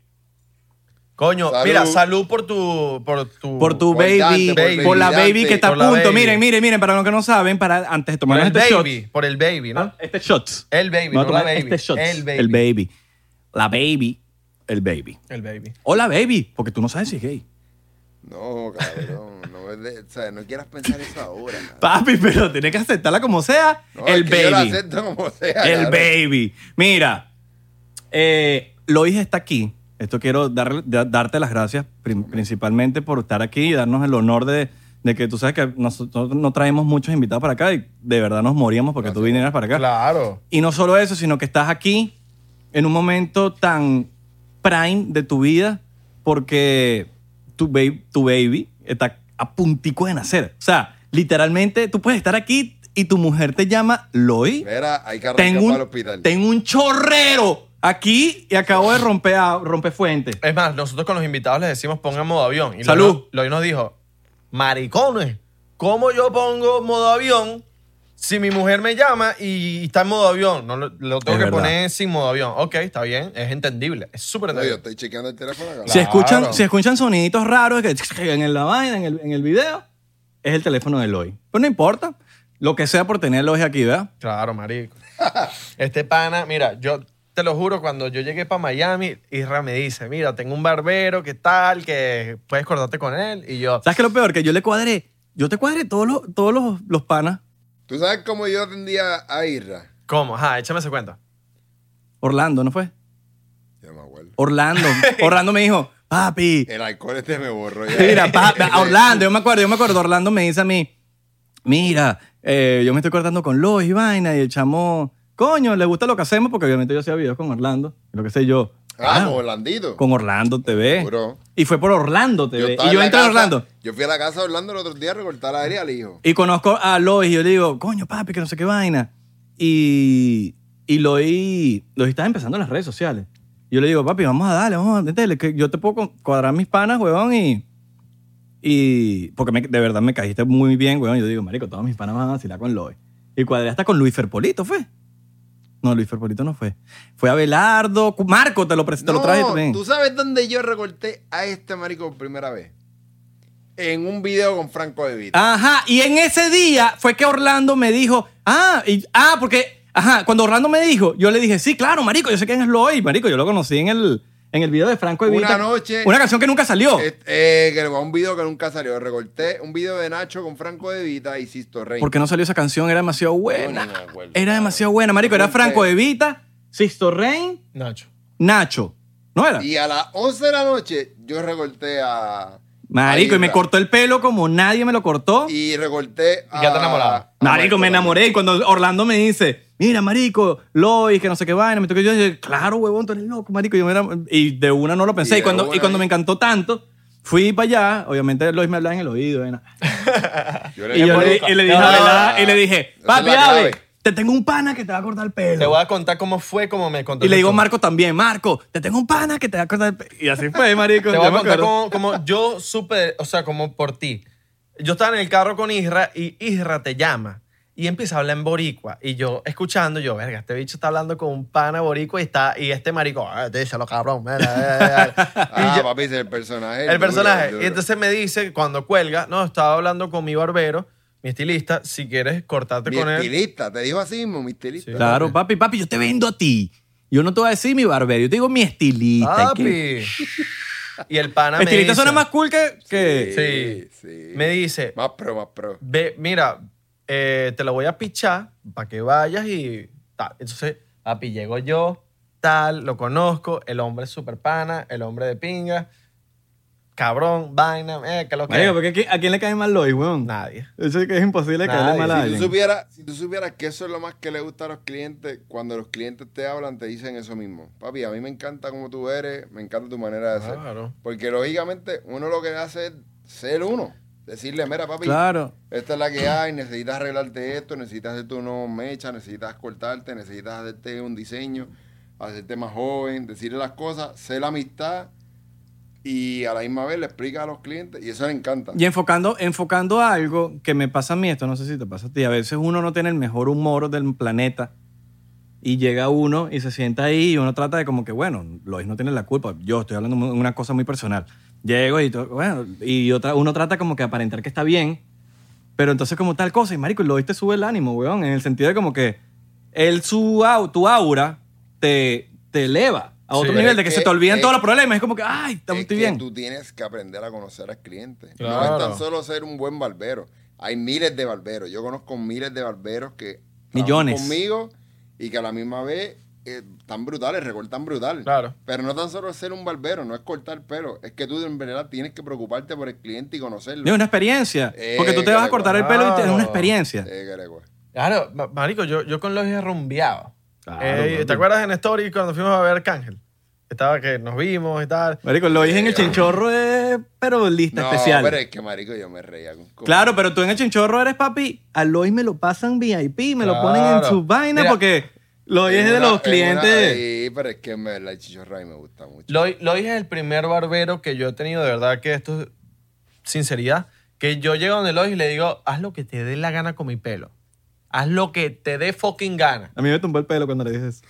Coño, Salud. mira, salud por tu. Por tu. Por tu Por baby, Dante, por por la baby baby que Dante. está a Por la punto. baby. Miren, miren, miren, para los que no saben, para antes de por tomarnos el este baby. shot. Por el baby, ¿no? Este shot. El baby, Vamos a no la tomar baby. este shot. El baby. El baby. La baby. El baby. El baby. Hola, baby. Porque tú no sabes si es gay. No, cabrón. (laughs) no, es de- o sea, no quieras pensar eso ahora. Papi, pero tienes que aceptarla como sea. No, el es que Yo lo baby. acepto como sea. El cabrón. baby. Mira, eh, Lois está aquí. Esto quiero dar- da- darte las gracias prim- principalmente por estar aquí y darnos el honor de, de que tú sabes que nosotros no traemos muchos invitados para acá y de verdad nos moríamos porque tú vinieras para acá. Claro. Y no solo eso, sino que estás aquí en un momento tan prime de tu vida porque tu, ba- tu baby está a puntico de nacer. O sea, literalmente tú puedes estar aquí y tu mujer te llama Lois Mira, hay que arrancar tengo para el un, hospital. tengo un chorrero aquí y acabo de romper, a- romper fuente. Es más, nosotros con los invitados les decimos pongan modo avión. Y Salud. Loy- Loy nos dijo, maricones, ¿cómo yo pongo modo avión si mi mujer me llama y está en modo avión? No, lo, lo tengo Es que verdad. poner sin modo avión. Ok, está bien, es entendible, es súper No, yo entendible. estoy chequeando el teléfono. cabrón. Si, escuchan, Claro. si escuchan soniditos raros que (laughs) en el- la vaina, en el, en el video, es el teléfono de Eloy. Pero no importa, lo que sea por tener a Eloy aquí, ¿verdad? Claro, marico. este pana, mira, yo te lo juro, cuando yo llegué para Miami, Isra me dice, mira, tengo un barbero, ¿qué tal? Que puedes cortarte con él. Y yo, ¿Sabes qué es lo peor? Que yo le cuadré, yo te cuadré todos los, todos los, los panas. ¿Tú sabes cómo yo atendía a Irra? ¿cómo? Ajá, échame ese cuento. Orlando, ¿no fue? Yo no me acuerdo. (laughs) Orlando. Orlando me dijo, papi, El alcohol este me borró. ya. Mira, pa- pa- a Orlando, yo me acuerdo, yo me acuerdo, Orlando me dice a mí, mira, eh, yo me estoy cortando con Lois y vaina, y el chamo, coño, le gusta lo que hacemos, porque obviamente yo hacía videos con Orlando, y lo que sé yo. Ah, ah, Orlandito. con Orlando TV. Seguro. Y fue por Orlando TV. estaba y yo en la entré a casa- Orlando. Yo fui a la casa de Orlando el otro día a recortar la área al hijo. Y conozco a Lois y yo le digo, coño, papi, que no sé qué vaina. Y, y Lois, Lois estaba empezando en las redes sociales. Y yo le digo, papi, vamos a darle, vamos a métele, que yo te puedo co- cuadrar mis panas, huevón, y... y porque me- de verdad me caíste muy bien, huevón. Yo digo, marico, todos mis panas van a vacilar con Lois. Y cuadré hasta con Luis Ferpolito, ¿fue? No, Luis Ferpolito no fue. Fue Abelardo, Cu- Marco, te lo, pres- te lo traje también. ¿Tú sabes dónde yo recorté a este marico por primera vez? En un video con Franco De Vita. Ajá, y en ese día fue que Orlando me dijo, ah, y- ah, porque, ajá, cuando Orlando me dijo, yo le dije, sí, claro, marico, yo sé quién es Loy, marico, yo lo conocí en el, en el video de Franco Evita. Una noche- Una canción que nunca salió. Eh, eh, que va un video que nunca salió. Recorté un video de Nacho con Franco De Vita y Sisto Rey. Porque no salió esa canción, era demasiado No, buena. no me acuerdo. Era demasiado buena, marico, era Ponte- Franco Evita, Sisto Rein, Nacho. Nacho. ¿No era? Y a las 11 de la noche yo recorté a. Marico, a y me Irra. cortó el pelo como nadie me lo cortó. Y recorté a. ya te enamoraba. Marico, a Marco me también. enamoré. Y cuando Orlando me dice, mira, marico, Lois, que no sé qué vaina, me toqué yo, dije, claro, huevón, tú eres loco, marico. Yo me enam- y de una no lo pensé. Y Y, de cuando, una y cuando ahí. me encantó tanto, fui para allá. Obviamente Lois me hablaba en el oído. vaina. Yo Y, yo le, loca. y le dije, No, a no, Abelard- y le dije, Esa es papi, la Ave, clave. te tengo un pana que te va a cortar el Te voy pelo. a contar cómo fue, cómo me contó. Y le digo a Marco también, Marco, te tengo un pana que te va a cortar el pelo. Y así fue, marico. Te voy yo a me contar acuerdo. cómo, cómo yo supe, o sea, como por ti. Yo estaba en el carro con Isra y Isra te llama y empieza a hablar en boricua. Y yo escuchando, yo, verga, este bicho está hablando con un pana boricua y está, y este marico, ah, díselo, cabrón. mira, eh, eh, (laughs) eh". Ah, Y yo- papi, ese es el personaje. el duro, personaje. duro. Y entonces me dice, cuando cuelga, no, estaba hablando con mi barbero, mi estilista, si quieres cortarte Mi con él. estilista, te dijo así mismo, mi estilista. Sí. Claro, papi, papi, yo te vendo a ti. Yo no te voy a decir mi barbero, yo te digo mi estilista. que- Ah, Papi. Y el pana me Estilista dice- suena más cool que... que... Sí, sí. Me dice, Más pro, más pro. ve, mira, eh, te lo voy a pichar para que vayas y tal. Entonces, papi, llego yo, tal, lo conozco, el hombre es super pana, el hombre de pinga. cabrón, vaina, eh, que lo que. Marico, porque aquí- ¿a quién le cae mal Lois, weón? Nadie. Eso es que es imposible Nadie. caerle mal a Si Si alguien. tú, supieras, si tú supieras que eso es lo más que le gusta a los clientes, cuando los clientes te hablan, te dicen eso mismo. Papi, a mí me encanta cómo tú eres, me encanta tu manera de ser. Claro. Porque lógicamente uno lo que hace es ser uno. Decirle, mira, papi, Claro. esta es la que hay, necesitas arreglarte esto, necesitas hacerte unos mechas, necesitas cortarte, necesitas hacerte un diseño, hacerte más joven, decirle las cosas, ser la amistad y a la misma vez le explica a los clientes y eso le encanta. Y enfocando, enfocando algo que me pasa a mí, esto no sé si te pasa a ti, a veces uno no tiene el mejor humor del planeta y llega uno y se sienta ahí y uno trata de como que, bueno, Lois no tiene la culpa, yo estoy hablando de una cosa muy personal. Llego y, to- bueno, y otra, uno trata como que aparentar que está bien, pero entonces como tal cosa, y marico, Lois te sube el ánimo, weón, en el sentido de como que él, su, au- tu aura te, te eleva a otro Sí. nivel, Pero de es que, se que- te olvidan es- todos los problemas, es como que, ay, Es estoy que bien. Tú tienes que aprender a conocer al cliente. No Claro. es tan solo ser un buen barbero. Hay miles de barberos. Yo conozco miles de barberos que trabajan Millones. conmigo y que a la misma vez eh, están brutales, recortan brutal. Claro. Pero no tan solo es ser un barbero, no es cortar pelo. Es que tú en verdad tienes que preocuparte por el cliente y conocerlo. Es una experiencia. Eh, Porque tú te vas a claro, cortar el pelo y te- es una claro. experiencia. Eh, Gregorio. Claro, ma- marico, yo, yo con Lois he rumbeado. Claro, Eh, papi. ¿Te acuerdas en Story cuando fuimos a ver Cángel? Estaba que nos vimos y tal. Marico, lo dije en el chinchorro, es, pero lista No, especial. pero es que, marico, yo me reía con con- Claro, pero tú en el chinchorro eres papi. A Lois me lo pasan VIP, me lo ponen en Claro. su vaina Mira, porque Lois en es de los una- en una- clientes. Sí, pero es que en verdad el chichorra a mí me gusta mucho. (laughs) Lois Lois es el primer barbero que yo he tenido, de verdad que esto es sinceridad, que yo llego donde Lois y le digo, haz lo que te dé la gana con mi pelo. Haz lo que te dé fucking gana. A mí me tumbó el pelo cuando le dije eso.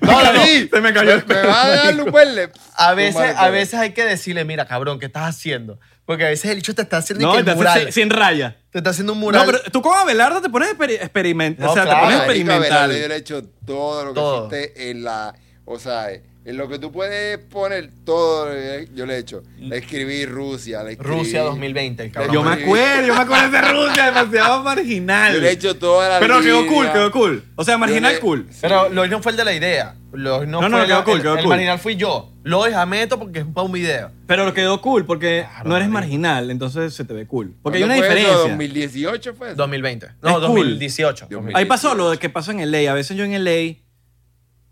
No, la vi. Se me cayó el me pelo. va a dar un perle. A veces, eh. Tumbar a el pelo. veces hay que decirle, mira, cabrón, ¿qué estás haciendo? Porque a veces el bicho te está haciendo No, y que y el te hace mural. sin, sin raya. Te está haciendo un mural. No, pero tú como Abelardo te pones exper- experimental. No, o sea, claro, te pones marico, Marico, a ver, experimental. yo le he hecho todo lo que Todo. existe en la. O sea, en lo que tú puedes poner todo. eh, Yo le he hecho. Le escribí Rusia, le escribí. Rusia 2020, el cabrón. Yo me Marico. acuerdo, yo me acuerdo de Rusia, demasiado marginal. Yo le he hecho toda la. Pero quedó línea. cool, quedó cool. O sea, marginal le- cool. Pero Lois no fue el de la idea. Lois no, No, no, fue quedó la- cool, el, quedó el cool. marginal fui yo. Lois a meto porque es para un video. Pero lo quedó cool porque Claro, no eres marico. marginal, entonces se te ve cool. Porque hay una ¿Cuándo fue eso? diferencia. 2018 fue. eso? 2020. Es No, cool. 2018. Dios mío. Ahí pasó lo de que pasó en LA. A veces yo en LA,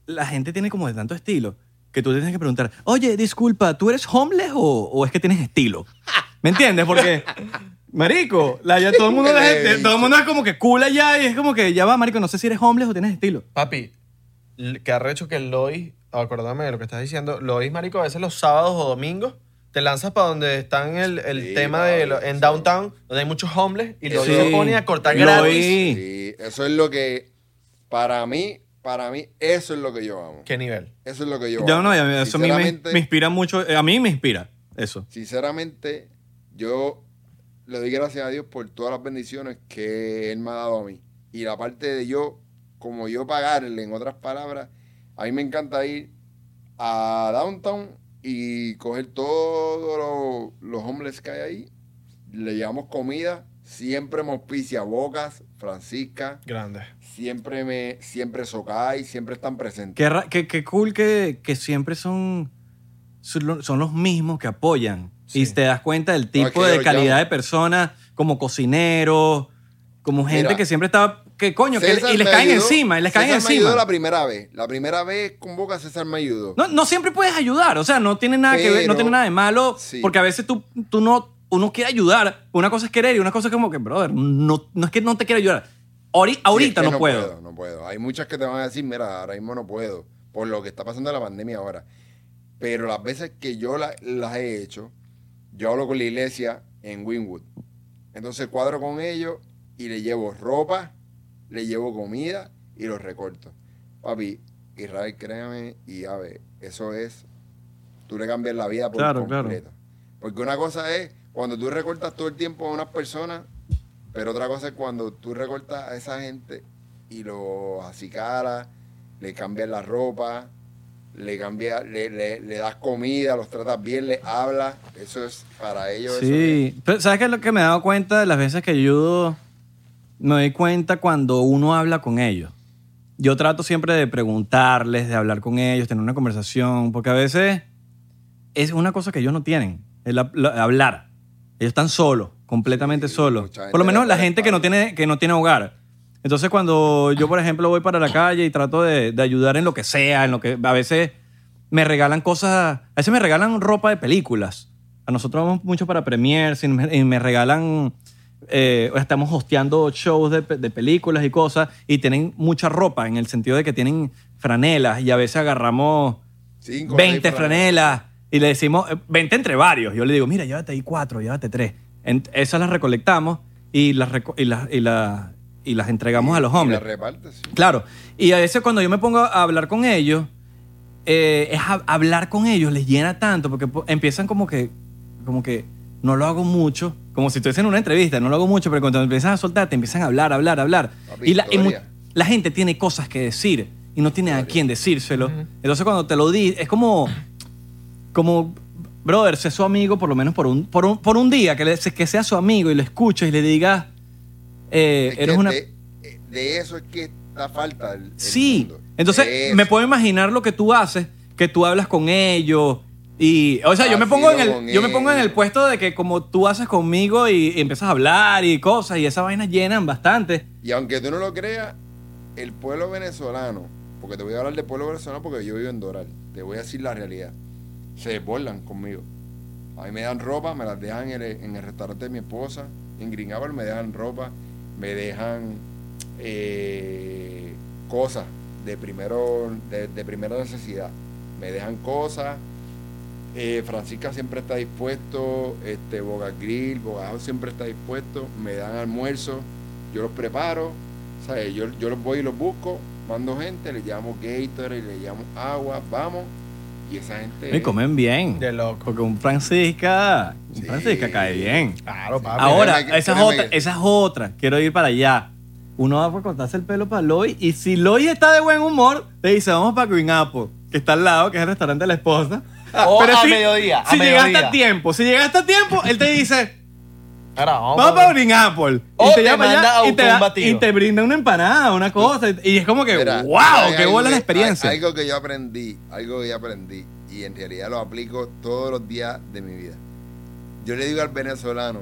la gente tiene como de tanto estilo que tú tienes que preguntar, oye, disculpa, ¿tú eres homeless o, o es que tienes estilo? ¿Me entiendes? Porque, (laughs) marico, la- ya todo el mundo, la gente- todo el mundo es como que cool allá y es como que ya va, marico, no sé si eres homeless o tienes estilo. Papi, l- que arrecho que Lois, acordame de lo que estás diciendo, Lois, marico, a veces los sábados o domingos te lanzas para donde están el, el Sí, tema de papi, lo- en sí. downtown, donde hay muchos homeless, y Lois Sí. se pone a cortar Lois. gratis. Sí, eso es lo que. Para mí, para mí, eso es lo que yo amo. ¿Qué nivel? Eso es lo que yo amo. Yo no, ya, eso a mí me, Sinceramente, me inspira mucho. eh, A mí me inspira eso. sinceramente, yo le doy gracias a Dios por todas las bendiciones que Él me ha dado a mí. Y la parte de yo, como yo pagarle, en otras palabras, a mí me encanta ir a Downtown y coger todos los, los homeless que hay ahí. Le llevamos comida, siempre me auspicia Bocas, Francisca, Grande. siempre me, siempre Socay, siempre están presentes. Qué, ra- qué- qué cool que, que siempre son, son lo- son los mismos que apoyan. Y Sí. te das cuenta del tipo que de yo calidad llamo. de personas, como cocineros, como gente Mira. que siempre está. Que coño, que, César y les me caen ayudó. encima, y les caen César me ayudó la encima. primera vez. La primera vez con Boca César me ayudó. No, no siempre puedes ayudar, o sea, no tiene nada que ver, no Pero- tiene nada de malo, Sí. porque a veces tú, tú no, uno quiere ayudar, una cosa es querer y una cosa es como que, brother, no, no es que no te quiero ayudar, Ahori- Sí, es ahorita que no, puedo. No puedo. Hay muchas que te van a decir, mira, ahora mismo no puedo, por lo que está pasando la pandemia ahora. Pero las veces que yo la- las he hecho, yo hablo con la iglesia en Winwood. Entonces cuadro con ellos y le llevo ropa, le llevo comida y los recorto. Papi, Israel, créame, y a ver, eso es, tú le cambias la vida por Claro, claro. completo. Porque una cosa es cuando tú recortas todo el tiempo a unas personas, pero otra cosa es cuando tú recortas a esa gente y los acicaras, le cambias la ropa, le cambias, le, le- le das comida, los tratas bien, les hablas. Eso es para ellos. eso es- Sí, pero ¿sabes qué es lo que me he dado cuenta de las veces que ayudo? Me doy cuenta cuando uno habla con ellos. Yo trato siempre de preguntarles, de hablar con ellos, tener una conversación, porque a veces es una cosa que ellos no tienen, el hab- la- hablar. Ellos están solos, completamente Sí, solos. mucha gente Por lo menos le la da gente que no, espalda. tiene, que no tiene hogar. Entonces cuando yo, por ejemplo, voy para la calle y trato de, de ayudar en lo que sea, en lo que a veces me regalan cosas, a veces me regalan ropa de películas. A nosotros vamos mucho para premiers y me, y me regalan, eh, estamos hosteando shows de, pe- de películas y cosas y tienen mucha ropa en el sentido de que tienen franelas y a veces agarramos Cinco, 20 seis franelas. franelas. Y le decimos, eh, 20 entre varios. Yo le digo, mira, llévate ahí cuatro, llévate tres. En- esas las recolectamos y las, reco- y las, y las, y las entregamos a los Y hombres. Eh, la repartes, sí. Claro. Y a veces cuando yo me pongo a hablar con ellos, eh, es hab- hablar con ellos les llena tanto porque po- empiezan como que, como que no lo hago mucho, como si estuviesen en una entrevista, no lo hago mucho, pero cuando empiezan a soltar, te empiezan a hablar, hablar, hablar. Papi, y la, y mu- historia. la gente tiene cosas que decir y no tiene a Historia. quién decírselo. Entonces cuando te lo di, es como, como, brother, sé su amigo por lo menos por un, por un, por un día, que, le- que sea su amigo y lo escuches y le digas, eh, Es que eres una... de, de eso es que está falta el, el Sí. mundo. Entonces, De me eso. puedo imaginar lo que tú haces, que tú hablas con ellos. Y, o sea, yo me, Has pongo en ido el, con yo me pongo en el ellos. puesto de que como tú haces conmigo y, y empiezas a hablar y cosas, y esas vainas llenan bastante. Y aunque tú no lo creas, el pueblo venezolano, porque te voy a hablar del pueblo venezolano porque yo vivo en Doral, te voy a decir la realidad, se desbordan conmigo. A mí me dan ropa, me las dejan en el, en el restaurante de mi esposa, en Greenhour me dejan ropa, me dejan eh, cosas de, primero, de, de primera necesidad, me dejan cosas. eh, Francisca siempre está dispuesto, este, Boga Grill, Bogajao siempre está dispuesto, me dan almuerzo, yo los preparo, ¿sabes? Yo, yo los voy y los busco, mando gente, le llamo Gatorade, le llamo agua, vamos, y esa gente... Y comen bien. De loco. Porque un Francisca, un Sí. Francisca cae bien. Claro, papi. Ahora, créeme que- esa es créeme otra, que- esa es otra. Quiero ir para allá. Uno va a cortarse el pelo para Loy y si Loy está de buen humor, le dice, vamos para Green Apple, que está al lado, que es el restaurante de la (laughs) esposa. Oh, O a mediodía, a Si llegaste mediodía. a tiempo, si llegaste a tiempo, él te (laughs) dice, Ahora, vamos vamos pa' para Green Apple. O te lleva para manda a y, te buscar un da- batido. y te brinda una empanada, una cosa. Y y es como que, Mira, hay wow, qué algo buena la que- experiencia. hay- algo que yo aprendí, algo que yo aprendí, y en realidad lo aplico todos los días de mi vida. Yo le digo al venezolano,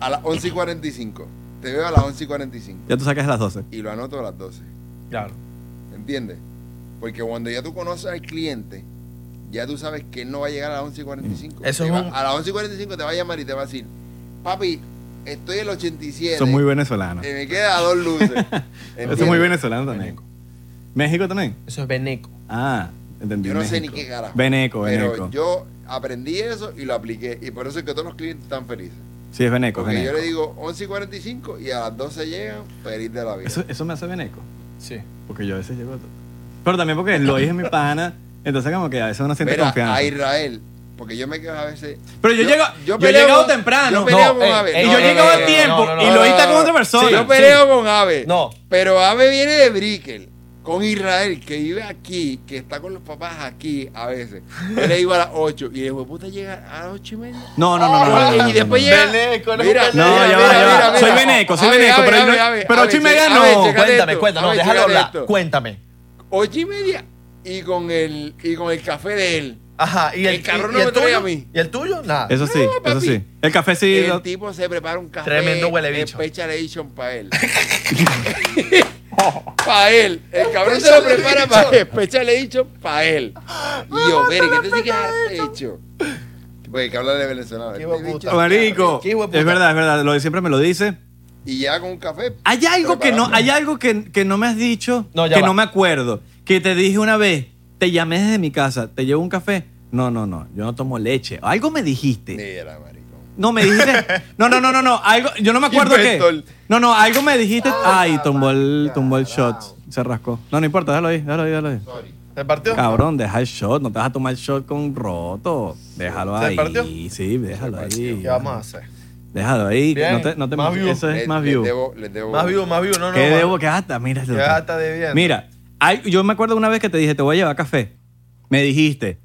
a las 11 y 45, te veo a las 11 y 45, Ya tú sacas las 12. y lo anoto a las 12, Claro. ¿entiendes? Porque cuando ya tú conoces al cliente, ya tú sabes que él no va a llegar a las 11 y 45. Eso Te es va- un- A las 11 y 45 te va a llamar y te va a decir, papi, estoy en el 87, Son muy venezolanos. y me queda a dos (laughs) luces. Eso es muy ¿Entiendes? venezolano también. México también. Eso es veneco. Ah, entendí. Yo no sé ni México. qué carajo. Veneco, Pero veneco. yo aprendí eso y lo apliqué. Y por eso es que todos los clientes están felices. Sí, es veneco, Porque yo veneco. le digo 11 y 45 y a las 12 llegan feliz de la vida. Eso, eso me hace veneco. Sí. Porque yo a veces llego a todo. Pero también porque lo dije mi pana. Entonces, como que a veces uno siente Mira, confianza. a Israel. Porque yo me quedo a veces. Pero yo, llego. Yo, he peleo llegado con- temprano. Yo peleo No, con eh, Ave. eh, y no, yo no, llegaba no, a no, tiempo. no, no, y no, lo no, está con otra Sí, persona. yo peleo con Ave. No. Pero Ave viene de Brickell. Con Israel, que vive aquí, que está con los papás aquí a veces. Yo le digo a las 8 y después puta llega a las 8 y media. No, no, no, no, no, no, no, y después no. llega. Veneco, eres mira, un No, veneco. mira, ya va, mira, ya va. mira, mira. Soy veneco, soy A ver, veneco, a ver, pero a no- ver, a ver, pero a ocho y ver, media che- a no. ver, chécate Cuéntame, esto, cuéntame. a No, ver, déjalo chécate hablar. esto. Cuéntame. Ocho y media y con el y con el café de él. Ajá. ¿Y el, El carro y- no y el me trae tuyo? a mí. ¿Y el tuyo? Nada. Eso sí, No, eso papi. sí. El café sí. el lo- tipo se prepara un café. Tremendo huele bicho. Special edition para (laughs) él. para él. El cabrón se lo Special prepara para él. Special edition para él. Y yo, Mary, ¿qué te sí que has hecho? Porque que habla de venezolano. Qué Este hijo de puta. bicho- Marico. Qué hijo de puta. Es verdad, es verdad. Lo, siempre me lo dice. Y ya con un café. Ah, Hay algo que no, preparado. hay algo que, que no me has dicho, No, ya que va. no me acuerdo, que te dije una vez, te llamé desde mi casa, te llevo un café. No, no, no, yo no tomo leche. Algo me dijiste. Mira, marico. No, me dijiste. No, no, no, no, no. Algo, yo no me acuerdo qué. Inventor. No, no, algo me dijiste. Ah, Ay, tumbó el, tumbó el shot. Se rascó. No, no importa, déjalo ahí, déjalo ahí, déjalo ahí. ¿Se partió? Cabrón, deja el shot, no te vas a tomar el shot con roto. Déjalo ¿Se ahí. partió? Sí, déjalo ahí. ¿Qué vamos a hacer? Déjalo ahí. Bien, No te, no te más view. Eh, Eso es Le- más les view. debo- les debo- Más vivo, más vivo. No, no. ¿Qué más- debo? ¿Qué hasta? Mira, ¿Qué gata debiendo? Mira, hay- yo me acuerdo una vez que te dije, te voy a llevar café. Me dijiste,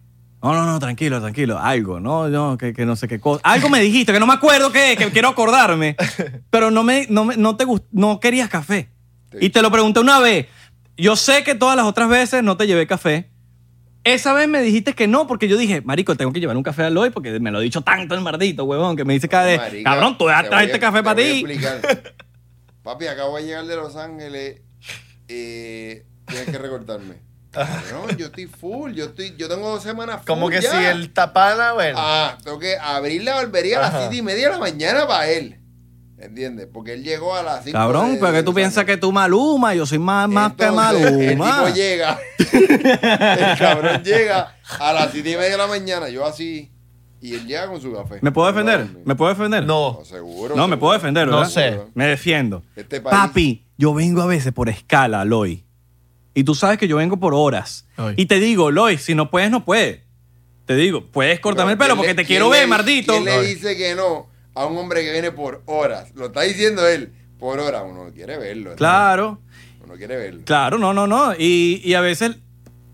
no, no, no, tranquilo, tranquilo, algo, no, no, que, que no sé qué cosa. Algo me dijiste, que no me acuerdo qué, que quiero (laughs) acordarme, pero no, me, no, me- no te gust- no querías café. Y te lo pregunté una vez. Yo sé que todas las otras veces no te llevé café, Esa vez me dijiste que no, porque yo dije, marico, tengo que llevar un café a Lloyd porque me lo ha dicho tanto el mardito, huevón, que me dice cada vez, Marica, cabrón, tú te dejas voy a- traer este café te para voy a ti. (laughs) explicar. Papi, acabo de llegar de Los Ángeles. Eh, tienes que recortarme. No, yo estoy full. Yo estoy, yo tengo dos semanas full. Como que ya. si el tapana, bueno. Ah, tengo que abrir la barbería a las Ajá. 7 y media de la mañana para él. ¿Entiendes? Porque él llegó a las 5 Cabrón, pero que tú piensas que tú Maluma, yo soy más, más que El Maluma. tipo llega. (laughs) el cabrón llega a las 7 y media de la mañana. Yo así. Y él llega con su café. ¿Me puedo defender? ¿Me puedo defender? no. No, seguro. No, me seguro. puedo defender, No ¿verdad? sé. Me defiendo. Este país- Papi, yo vengo a veces por escala, Loy. Y tú sabes que yo vengo por horas. Ay. Y te digo, Loy, si no puedes, no puedes. Te digo, puedes cortarme el Pero pelo ¿quién porque le- te quién quiero le ver, di- mardito. ¿Quién le dice que no a un hombre que viene por horas? Lo está diciendo él. Por horas. Uno quiere verlo. ¿no? Claro, Uno quiere verlo. claro, no, no, no. Y, y a veces,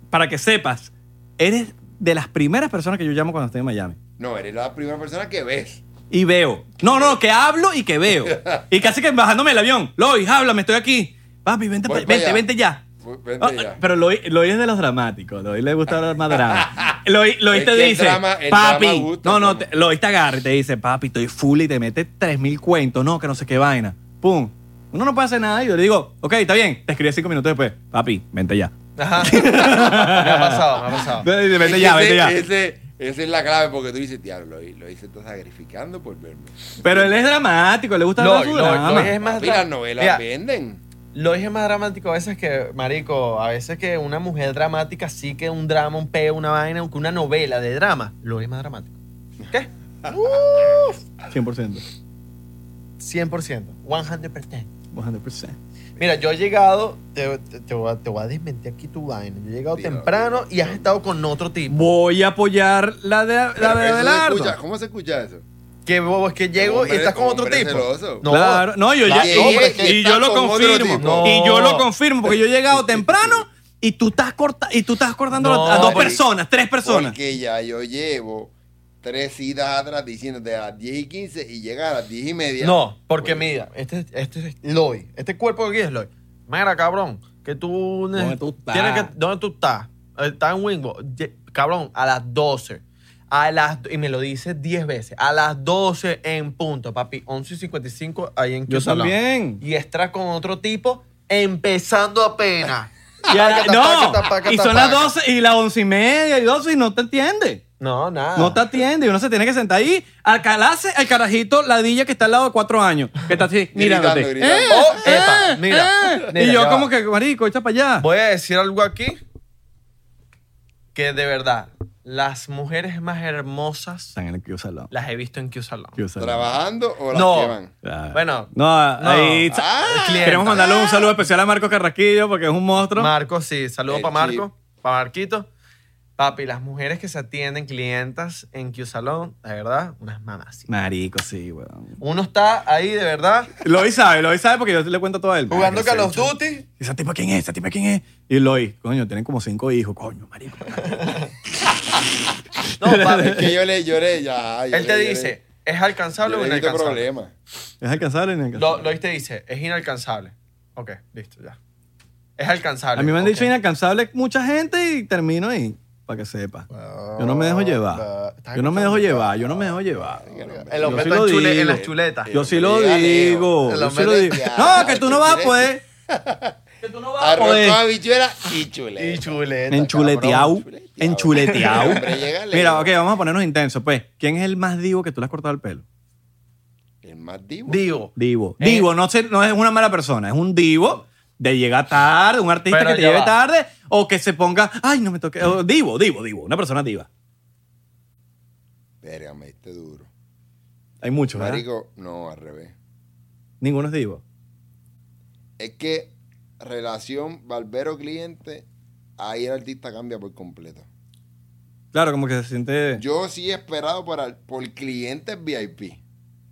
para que sepas, eres de las primeras personas que yo llamo cuando estoy en Miami. No, eres la primera persona que ves. Y veo. No, no, que hablo y que veo. Y casi que bajándome el avión. Loy, háblame, estoy aquí. Papi, vente, Voy pa- pa' vente, allá. vente ya. Pues, vente Ah, ya. Pero Loy, Loy es de los dramáticos. Loy le gusta hablar más (laughs) drama. Loy, Loy Es te que el dice, drama- el drama papi. gusta, no, no, drama. te- Loy te agarra y te dice, papi, estoy full y te mete 3.000 cuentos. No, que no sé qué vaina. Pum. Uno no puede hacer nada. Y yo le digo, ok, está bien. Te escribí cinco minutos después. Papi, vente ya. Ajá. (laughs) me ha pasado, me ha Ah. pasado. Vente, Es que ya, vente ese- (laughs) ya. ese- esa es la clave porque tú dices, diablo, lo, lo hice, está sacrificando por verme. Pero él es dramático. Le gusta Loy, hablar su Loy, drama. Loy es más Papi, dra- las novelas Mira, venden. Lo dije más dramático a veces que, marico, a veces que una mujer dramática sí que un drama, un peo, una vaina, aunque una novela de drama, lo es más dramático. ¿Qué? 100%. 100%. 100%. 100%. Mira, yo he llegado, te, te- te voy, a, te voy a desmentir aquí tu vaina. Yo he llegado Tira, temprano tira. y has estado con otro tipo. Voy a apoyar la de, la Pero de eso se Abelardo. escucha, ¿Cómo se escucha eso? Que bobo, es que llego Hombre- y estás con otro hombre tipo. celoso. No, claro, no, yo, la- yo- no, pero y, es que y está yo lo con otro confirmo. tipo. Y yo lo No. confirmo, porque yo he llegado temprano y tú estás corta, y tú estás cortando No, a dos porque- personas, tres personas. Porque ya yo llevo tres idas atrás diciéndote a las 10 y 15 y llega a las 10 y media. No, porque Pues, mira, este, este es Loy. Este cuerpo que aquí es Loy. Mira, cabrón, que tú... ¿Dónde tú estás? tienes que- ¿Dónde tú estás? Eh, Estás en Wingbo. Ye- Cabrón, a las 12. A las, y me lo dice 10 veces. A las 12 en punto, papi. 11.55 ahí en Yo Quesalán. también. Y extra con otro tipo empezando (laughs) apenas. Y a la- Paca, no, tapaca, tapaca, y son las tapaca. 12 y las 11 y media y 12 y no te entiende. No, nada. No te atiende y uno se tiene que sentar ahí al calace, al carajito ladilla que está al lado de cuatro años, que está así Gritando, mirándote. gritando. Eh, Oh, eh, epa, mira, eh. mira, y yo ya como va. que, marico, echa para allá. Voy a decir algo aquí que de verdad, las mujeres más hermosas Están en el Q Salón. las he visto en Q Salón. Q Salón. ¿Trabajando o las No. que van? Claro. Bueno, Ah. no, ahí Ah, queremos mandarle un saludo especial a Marcos Carrasquillo porque es un monstruo. Marco, Eh, sí, saludo El para Marco, para Marquito. Papi, las mujeres que se atienden clientas en Q Salón, de verdad, unas mamás. Marico, sí, weón. Uno está ahí de verdad Lois sabe, Lois sabe porque yo le cuento todo a él. jugando Marico, Call of ese bicho. Duty. ¿Esa tipa quién es? ¿Esa tipa quién es? Y Lois, coño, tienen como cinco hijos. Coño, marico. No, (laughs) Es papi, que yo le lloré ya. yo él te le lloré. dice, es alcanzable Yo o le quito inalcanzable. problema. ¿Es alcanzable o Lo, inalcanzable? Lois te dice, es inalcanzable. Ok, listo, ya. Es alcanzable. a mí me han ok. dicho inalcanzable mucha gente y termino ahí, para que sepa. Yo no me dejo llevar. Estás Yo no me dejo escuchando. llevar, yo no me dejo llevar. El Yo hombre sí está lo en, chule- en digo. las chuletas. Yo sí lo Leo, digo. el Yo sí hombre lo de digo. Diablo, No, que tú no vas pues. a chuleta. poder. Que tú no vas a ¿Eh? Arroz poder. con habichuela Ah, y chuleta. Y chuleta. Enchuleteado. cabrón. Enchuleteado. Enchuleteado. Hombre, llega lejos. Mira, ok, vamos a ponernos intensos. Pues, ¿quién es el más divo que tú le has cortado el pelo? El más divo. Digo. Divo. Eh. Divo, no, se- no es una mala persona, es un divo de llegar tarde, un artista Pero que te ya lleve va. tarde o que se ponga, ay, no me toque. o divo, divo, divo, una persona diva. Verga, me diste duro. Hay eh? muchos, ¿verdad? Marico, no, al revés. Ninguno es divo. Es que relación barbero-cliente, ahí el artista cambia por completo. Claro, como que se siente. Yo sí he esperado por, al- por clientes VIP,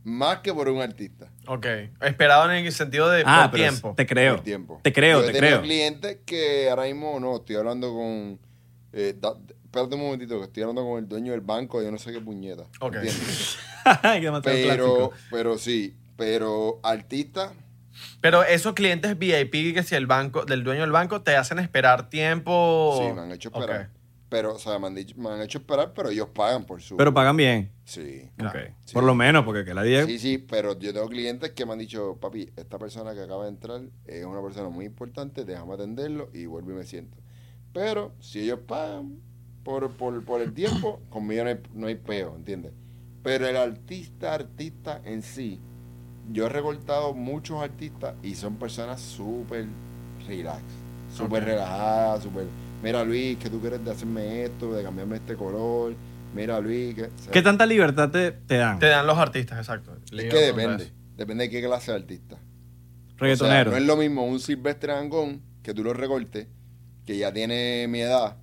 más que por un artista. Ok. Esperado en el sentido de ah, por pero tiempo. te creo. por tiempo. Te creo, Yo he te tenido creo. clientes que ahora mismo no, estoy hablando con. eh, da- espérate un momentito, que estoy hablando con el dueño del banco, yo no sé qué puñeta. Ok. (laughs) ¿entiendes? Ay, qué demasiado Pero, clásico. pero sí, pero artista, Pero esos clientes VIP que si el banco, del dueño del banco, te hacen esperar tiempo. Oh, sí, me han hecho esperar. Ok. Pero, o sea, me han, dicho- me han hecho esperar, pero ellos pagan por su. Pero pagan bien. Sí. Ok. Sí. Por lo menos, porque que la 10. Sí, sí, pero yo tengo clientes que me han dicho, papi, esta persona que acaba de entrar es una persona muy importante, déjame atenderlo y vuelvo y me siento. Pero si ellos pagan por, por, por (coughs) el tiempo, conmigo no hay, no hay peo, ¿entiendes? Pero el artista, artista en sí, yo he recortado muchos artistas y son personas súper relax, súper Ok. relajadas, súper... Mira Luis, que tú quieres de hacerme esto, de cambiarme este color. Mira Luis, que... o sea, ¿Qué tanta libertad te, te dan? Te dan los artistas, exacto. Le es iba que a preguntar depende. eso. Depende de qué clase de artista. O sea, Reggaetonero. no es lo mismo un Silvestre Angón que tú lo recortes, que ya tiene mi edad,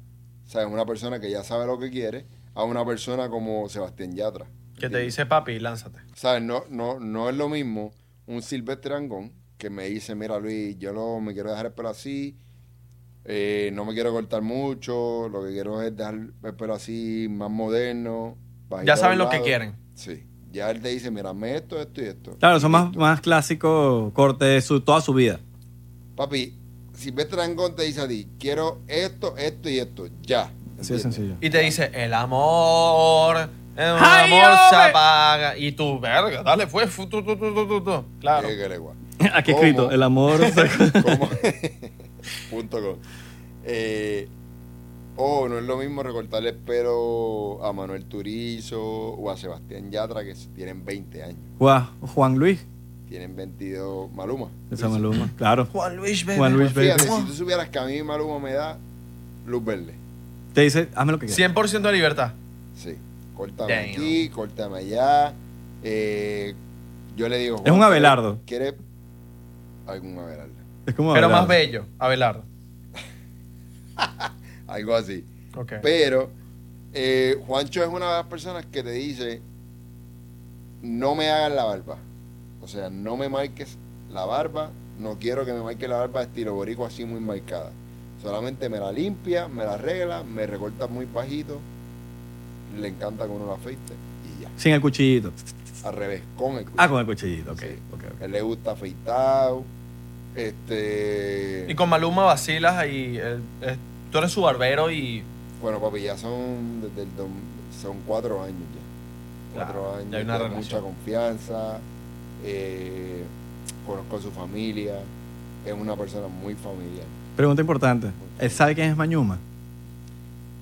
o sea, es una persona que ya sabe lo que quiere, a una persona como Sebastián Yatra. Que te dice, papi, lánzate. ¿Sabes? No, no, no es lo mismo un Silvestre Angón que me dice, mira Luis, yo no me quiero dejar el pelo así, eh, no me quiero cortar mucho, lo que quiero es dejar el pelo así, más moderno. bajito Ya al saben lo que lado". quieren. Sí. Ya él te dice, mira, me esto, esto y esto. Claro, son Y más, listo. más clásicos cortes de su, toda su vida. Papi, si ves Trangón te dice a ti, quiero esto, esto y esto, ya. Así de ¿entiendes? (laughs) sencillo. Y te dice, el amor, el ¡Ay, amor se hombre! apaga. Y tú, verga, dale, fue, fu, tu, tu, tu, tu, tu, tu. Claro. Eh, que (laughs) le guay. Aquí escrito, ¿Cómo? el amor. (laughs) se- ¿Cómo? (laughs) Punto com. Eh, oh, no es lo mismo recortarle el pelo a Manuel Turizo o a Sebastián Yatra, que tienen 20 años. Gua- Juan Luis, Tienen 22. Maluma. esa Maluma. Claro. Juan Luis, baby. Juan Luis, Fíjate, baby. si tú supieras que a mí Maluma me da luz verde. Te dice, hazme lo que quieras. 100% de libertad. Sí. Córtame Damn. aquí, córtame allá. Eh, yo le digo. Es un Abelardo. ¿Quiere algún Abelardo? Es como Pero Abelardo. más bello, Abelardo. Algo así. Ok. Pero eh, Juancho es una de las personas que te dice: No me hagas la barba. O sea, no me marques la barba. No quiero que me marque la barba estilo borico así muy marcada. Solamente me la limpia, me la arregla, me recorta muy bajito. Le encanta que uno la afeite y ya. Sin el cuchillito. Al revés, con el Ah, con el cuchillito, ok. Sí. ok, ok. A él le gusta afeitado. Este. Y con Maluma vacilas ahí. eh, eh, tú eres su barbero y. Bueno, papi, ya son desde el dos- son cuatro años ya. Cuatro Claro, años. ya hay una ya relación. mucha confianza. eh, conozco a su familia. Es una persona muy familiar. Pregunta importante. ¿Él sabe quién es Mañuma?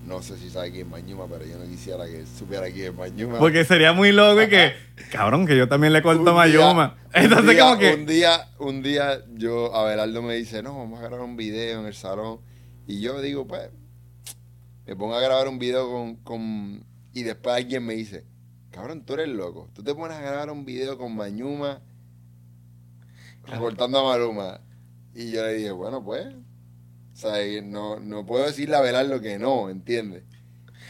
No sé si sabe quién es Mañuma, pero yo no quisiera que él supiera quién es Mañuma. Pues Porque sería muy loco y (laughs) que, cabrón, que yo también le corto Un a Mayoma. día- Entonces, un día, como que. Un día, un día, yo, Abelardo me dice, no, vamos a grabar un video en el salón. Y yo digo, pues, me pongo a grabar un video con, con... Y después alguien me dice, cabrón, tú eres loco. Tú te pones a grabar un video con Mañuma recortando a Maluma. Y yo le dije, bueno, pues... O sea, y no, no puedo decirle a Abelardo que no, ¿entiendes?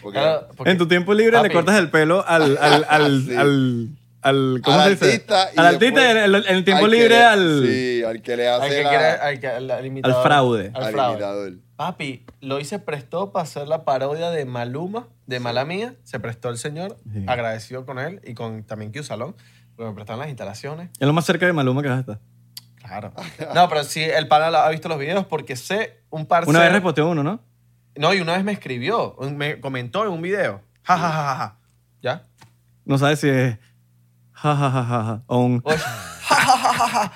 Porque... Claro, porque- En tu tiempo libre le Papi. cortas el pelo al. (laughs) al, al, Sí. al, al- ¿Cómo Al se dice? artista y Al artista, después en el, en el tiempo al que libre le- al. Sí, al que le hace al que la- quiere- al que- al- al imitador. Al fraude. Al al fraude. imitador. Papi, lo hice prestó para hacer la parodia de Maluma, de Mala Mía. Se prestó el señor, Sí. agradecido con él y con también Q Salón, porque me prestaron las instalaciones. Es lo más cerca de Maluma que vas a estar. (laughs) Claro. No, pero sí, el pana lo- ha visto los videos porque sé un par Una vez respoteó uno, ¿no? No, y una vez me escribió, un- me comentó en un video. Ja, ja, ja, ja, ja. ¿Ya? (laughs) No sabes si es. Ja, ja, ja, ja, ja, O un. Oye, ja, ja, ja, ja, ja,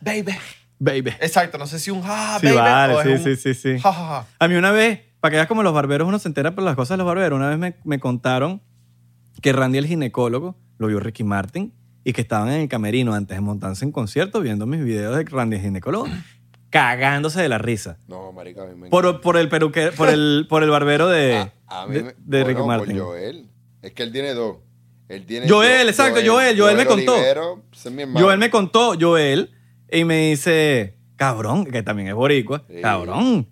baby. Baby. Exacto, no sé si un ja, ja, Sí, Ah, baby vale, o es sí, un sí, sí, sí. ja, ja, ja. A mí una vez, para que veas como los barberos uno se entera por las cosas de los barberos, una vez me, me contaron que Randy el ginecólogo lo vio Ricky Martin y que estaban en el camerino antes de montarse en concierto viendo mis videos de Randy el ginecólogo cagándose de la risa. No, marica, a mí me Por, encanta. por el peruque, por el, por el barbero de, Ah, A- a mí de, me- de Ricky bueno, por Martin. Joel. Es que él tiene dos. Él tiene Joel, exacto, Joel, Joel me contó. Olivero, ese es mi hermano. Joel me contó, Joel, y me dice, cabrón, que también es boricua, Sí. cabrón,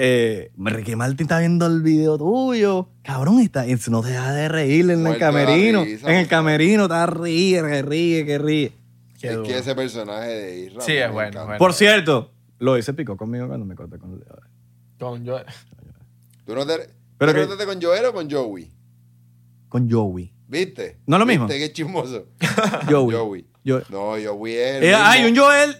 eh, Ricky Martin está viendo el video tuyo, cabrón, está, y no se deja de reír en el Muerto de la camerino, risa, en el muerto. camerino está ríe, que ríe, que ríe. Qué Es duro. que ese personaje de Israel. Sí, es bueno, bueno. Por cierto, lo hice picó conmigo cuando me corté con el dedo. Con yo- ¿Tú no te, Pero ¿Pero que- con Joel o con Joey? Con (laughs) Joey. ¿Viste? No es lo mismo. ¿Viste qué chismoso? Joey. Joey. Yo- No, Joey es el Eh, mismo. hay un Joel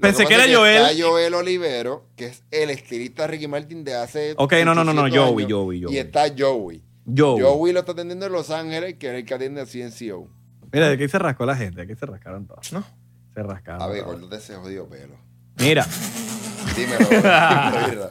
Pensé Lo que era pasa es Joel. Está Joel Olivero, que es el estilista Ricky Martin de hace. Ok, no, no, no, no, 800 Joey, años. Joey, Joey. Y está Joey. Yo. Joey lo está atendiendo en Los Ángeles, que es el que atiende a CNCO. Mira, de aquí se rascó la gente, de aquí se rascaron todos. No. Se rascaron. Ah, A ver, todos. córtate ese jodido pelo. Mira, Dímelo. (laughs) bro.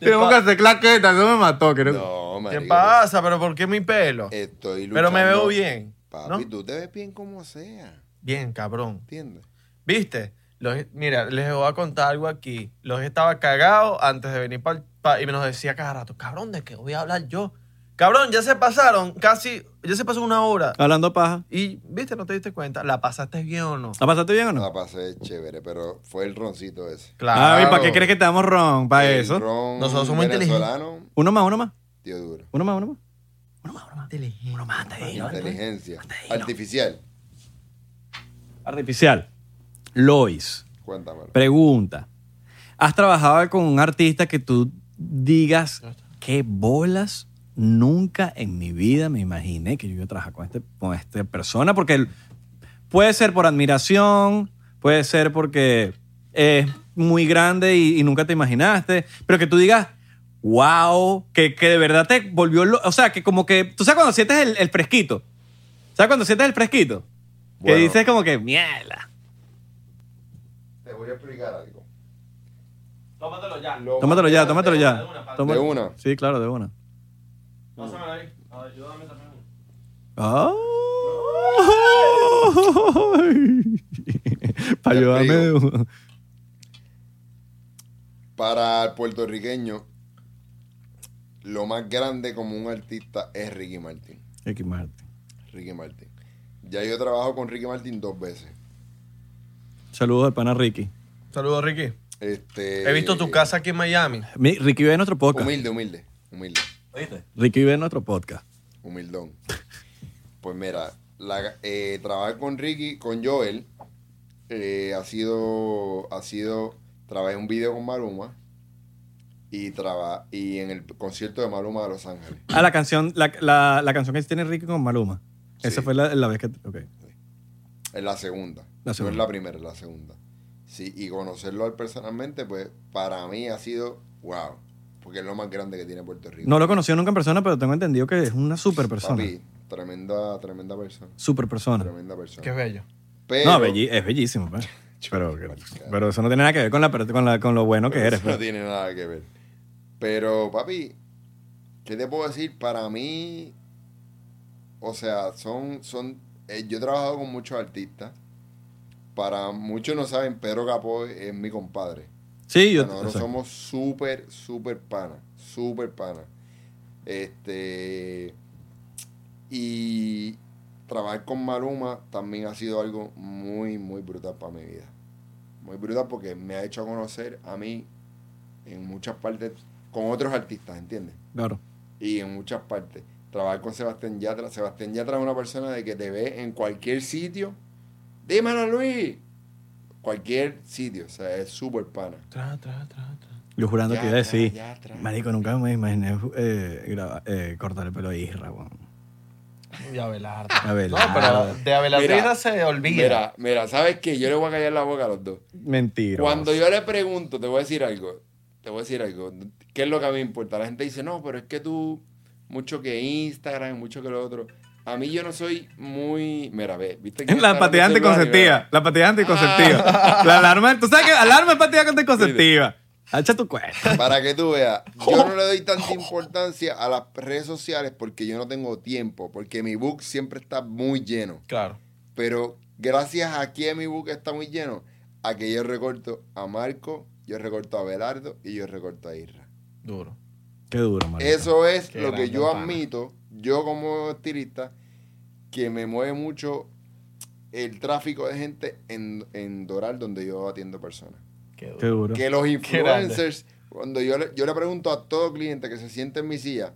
tengo que hacer claqueta, eso me mató. creo. no, ¿Qué marico, pasa? ¿Pero por qué mi pelo? Estoy eh, luchando. Pero me veo bien. Papi, ¿no? tú te ves bien como sea. Bien, cabrón. ¿Entiendes? ¿Viste? Los- mira, les voy a contar algo aquí. Los estaba cagados antes de venir para y me nos decía cada rato, cabrón, ¿de qué voy a hablar yo? Cabrón, ya se pasaron casi, ya se pasó una hora. Hablando paja. Y, ¿viste? ¿No te diste cuenta? ¿La pasaste bien o no? ¿La pasaste bien o no? La pasé chévere, pero fue el roncito ese. Ah, ¿y Claro. ¿para qué crees que estamos wrong? Para El eso. ron Nosotros somos venezolano, Uno más, uno más. tío duro. Uno más, uno más. Uno más, uno más. Inteligente. Uno más, te digo. Inteligencia. Artificial. Artificial. Lois, Cuéntamelo. pregunta. ¿Has trabajado con un artista que tú digas qué bolas? Nunca en mi vida me imaginé que yo iba a trabajar con, este, con esta persona porque el- puede ser por admiración, puede ser porque es muy grande y, y nunca te imaginaste, pero que tú digas, wow, que, que de verdad te volvió, lo- o sea, que como que, tú sabes cuando sientes el, el fresquito, ¿sabes cuando sientes el fresquito? Bueno. Que dices como que, mierda. Te voy a explicar algo. Tómatelo ya. Lo- Tómatelo ya, tómatelo ya. Toma- De una. Sí, claro, de una. Pásamelo ahí. Ayúdame también. Ah. Para (laughs) Te ayudarme de explico. una. Para el puertorriqueño, lo más grande como un artista es Ricky Martin. (laughs) Ricky Martin. Ricky Martin. Ya yo trabajo con Ricky Martin dos veces. Saludos de pana Ricky. Saludos, Ricky. Este, He visto tu casa aquí en Miami. Mi- Ricky ve nuestro podcast. Humilde, humilde, humilde. Ricky ve nuestro podcast. Humildón. Pues mira, la- eh, trabajar con Ricky, con Joel, eh, ha sido, ha sido, trabajé un video con Maluma y, traba, y en el concierto de Maluma de Los Ángeles. Ah, la canción, la, la- la canción que tiene Ricky con Maluma. Esa Sí. fue la, la vez que. Ok. Es la segunda. La segunda. No es la primera, es la segunda. Sí, y conocerlo a él personalmente, pues para mí ha sido wow. Porque es lo más grande que tiene Puerto Rico. No lo he conocido nunca en persona, pero tengo entendido que es una super persona. Papi, tremenda, tremenda persona. Super persona. Tremenda persona. Qué bello. Pero, No, belli- es bellísimo, pues. pero, pero eso no tiene nada que ver con, la, per- con, la- con lo bueno que pero eres. eso pues. no tiene nada que ver. Pero, papi, ¿qué te puedo decir? Para mí, o sea, son, son, eh, yo he trabajado con muchos artistas. Para muchos no saben, Pedro Capó es mi compadre. Sí, yo. O sea, nosotros o sea, somos súper, súper pana. Súper pana. Este. Y trabajar con Maluma también ha sido algo muy, muy brutal para mi vida. Muy brutal porque me ha hecho conocer a mí en muchas partes con otros artistas, ¿entiendes? Claro. y en muchas partes. Trabajar con Sebastián Yatra. Sebastián Yatra es una persona de que te ve en cualquier sitio. Dímelo, Luis. Cualquier sitio. O sea, es súper pana. Tra, tra, tra, tra. Yo jurando que iba a Yatra, decir. Yatra. Marico, nunca me imaginé eh, graba- eh, cortar el pelo a Isra, weón. Y Abelardo. Abelardo. No, pero de Abelardo Mira, Isra se olvida. Mira, mira, ¿sabes qué? Yo le voy a callar la boca a los dos. Mentira. Cuando yo le pregunto, te voy a decir algo. Te voy a decir algo. ¿Qué es lo que a mí me importa? La gente dice, no, pero es que tú, mucho que Instagram, mucho que lo otro. A mí yo no soy muy. Mira, ve, viste (laughs) (laughs) que. La patilla patilla anticonceptiva. La patilla anticonceptiva. Ah. (laughs) La alarma. Tú sabes que alarma es patilla anticonceptiva. Hacha tu cuenta. Para que tú veas, yo no le doy tanta importancia a las redes sociales porque yo no tengo tiempo, porque mi book siempre está muy lleno. Claro. Pero gracias a que mi book está muy lleno, a que yo recorto a Marco, yo recorto a Belardo y yo recorto a Irra. Duro. Qué duro, marico. Eso es Qué lo que grande yo pana. admito, yo como estilista, que me mueve mucho el tráfico de gente en, en Doral, donde yo atiendo personas. Qué Qué duro. duro. Que los grande. influencers, cuando yo le, yo le pregunto a todo cliente que se siente en mi silla,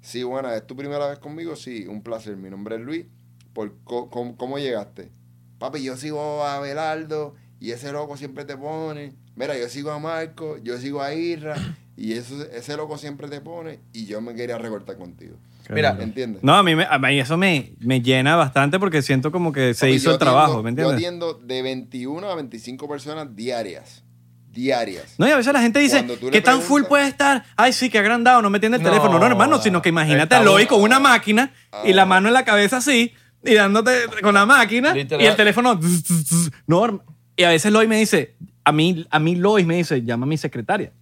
sí, buena, ¿es tu primera vez conmigo? Sí, un placer, mi nombre es Luis, ¿Por co- cómo, cómo llegaste? Papi, yo sigo a Belardo y ese loco siempre te pone, mira, yo sigo a Marco, yo sigo a Irra, Y eso, ese loco siempre te pone y yo me quería recortar contigo. Mira, ¿Entiendes? No, a mí, me- a mí eso me, me llena bastante porque siento como que se Papi, hizo yo el trabajo, atiendo- ¿me Yo entiendes? atiendo de 21 a 25 personas diarias. Diarias. No, y a veces la gente dice, Pues. Cuando tú le ¿qué tan full preguntas- puede estar? Ay, sí, que agrandado, no me tiende el No, teléfono. No, hermano, sino que imagínate a estamos- Eloy con una máquina y la Ah. mano en la cabeza así, y dándote con la máquina Literal. y el teléfono. tz, tz, tz. No, herma- y a veces Lois me dice, a mí, a mí Lois me dice, llama a mi secretaria.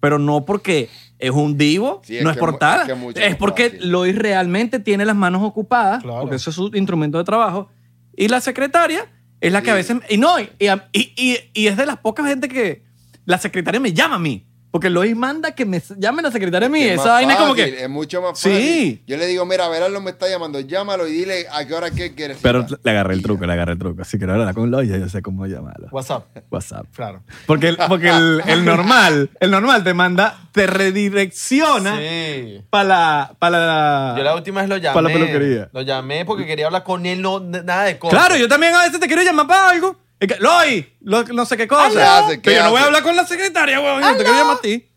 Pero no porque es un divo, Sí, es no es que mu- portada. es que es Es, mucho más porque fácil. Lois realmente tiene las manos ocupadas, Claro. porque eso es su instrumento de trabajo. Y la secretaria es la que a Sí. veces y no, y, y- y- y es de las pocas gente que la secretaria me llama a mí. Porque Lois manda que me llame la secretaria a mí. Es Esa más vaina es como fácil, que. Es mucho más Sí. fácil. Yo le digo, mira, Veralo me está llamando, llámalo y dile a qué hora que quieres. Pero cita". le agarré el truco, le agarré el truco. Así que ahora hablar con Lois, ya yo sé cómo llamarlo. WhatsApp, WhatsApp. claro. Porque, el, porque (laughs) el, el normal, el normal te manda, te redirecciona Sí. para la. pa' la- Yo la última vez lo llamé. Para la peluquería. Lo llamé porque quería hablar con él, no, n- nada de cosas. Claro, yo también a veces te quiero llamar para algo. Es que, Lois, lo- no sé qué cosa. ¿Qué hace? ¿Qué Pero yo no voy a hace? hablar con la secretaria, weón. Yo te quiero llamar a ti.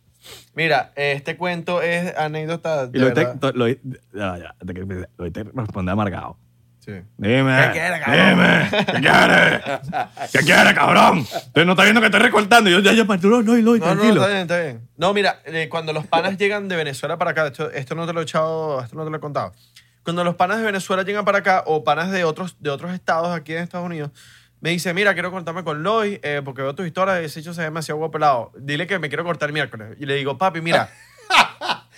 Mira, este cuento es anécdota de Y lo te, verdad. lo, ya, ya, te, lo te responde amargado. Sí. Dime. ¿Qué quieres, cabrón? Dime. ¿Qué quieres? ¿Qué quieres, cabrón? Tú no estás viendo que estoy recortando. Y Yo ya, ya, Martín, no, no, no, No, no, tranquilo. está bien, está bien. No, mira, eh, cuando los panas llegan de Venezuela para acá, esto, esto no te lo he echado, esto no te lo he contado. Cuando los panas de Venezuela llegan para acá o panas de otros, de otros estados aquí en Estados Unidos, me dice, mira, quiero contarme con Lois eh, porque veo tus historias ese hecho se ve demasiado guapo pelado. Dile que me quiero cortar el miércoles. Y le digo, papi, (laughs) mira,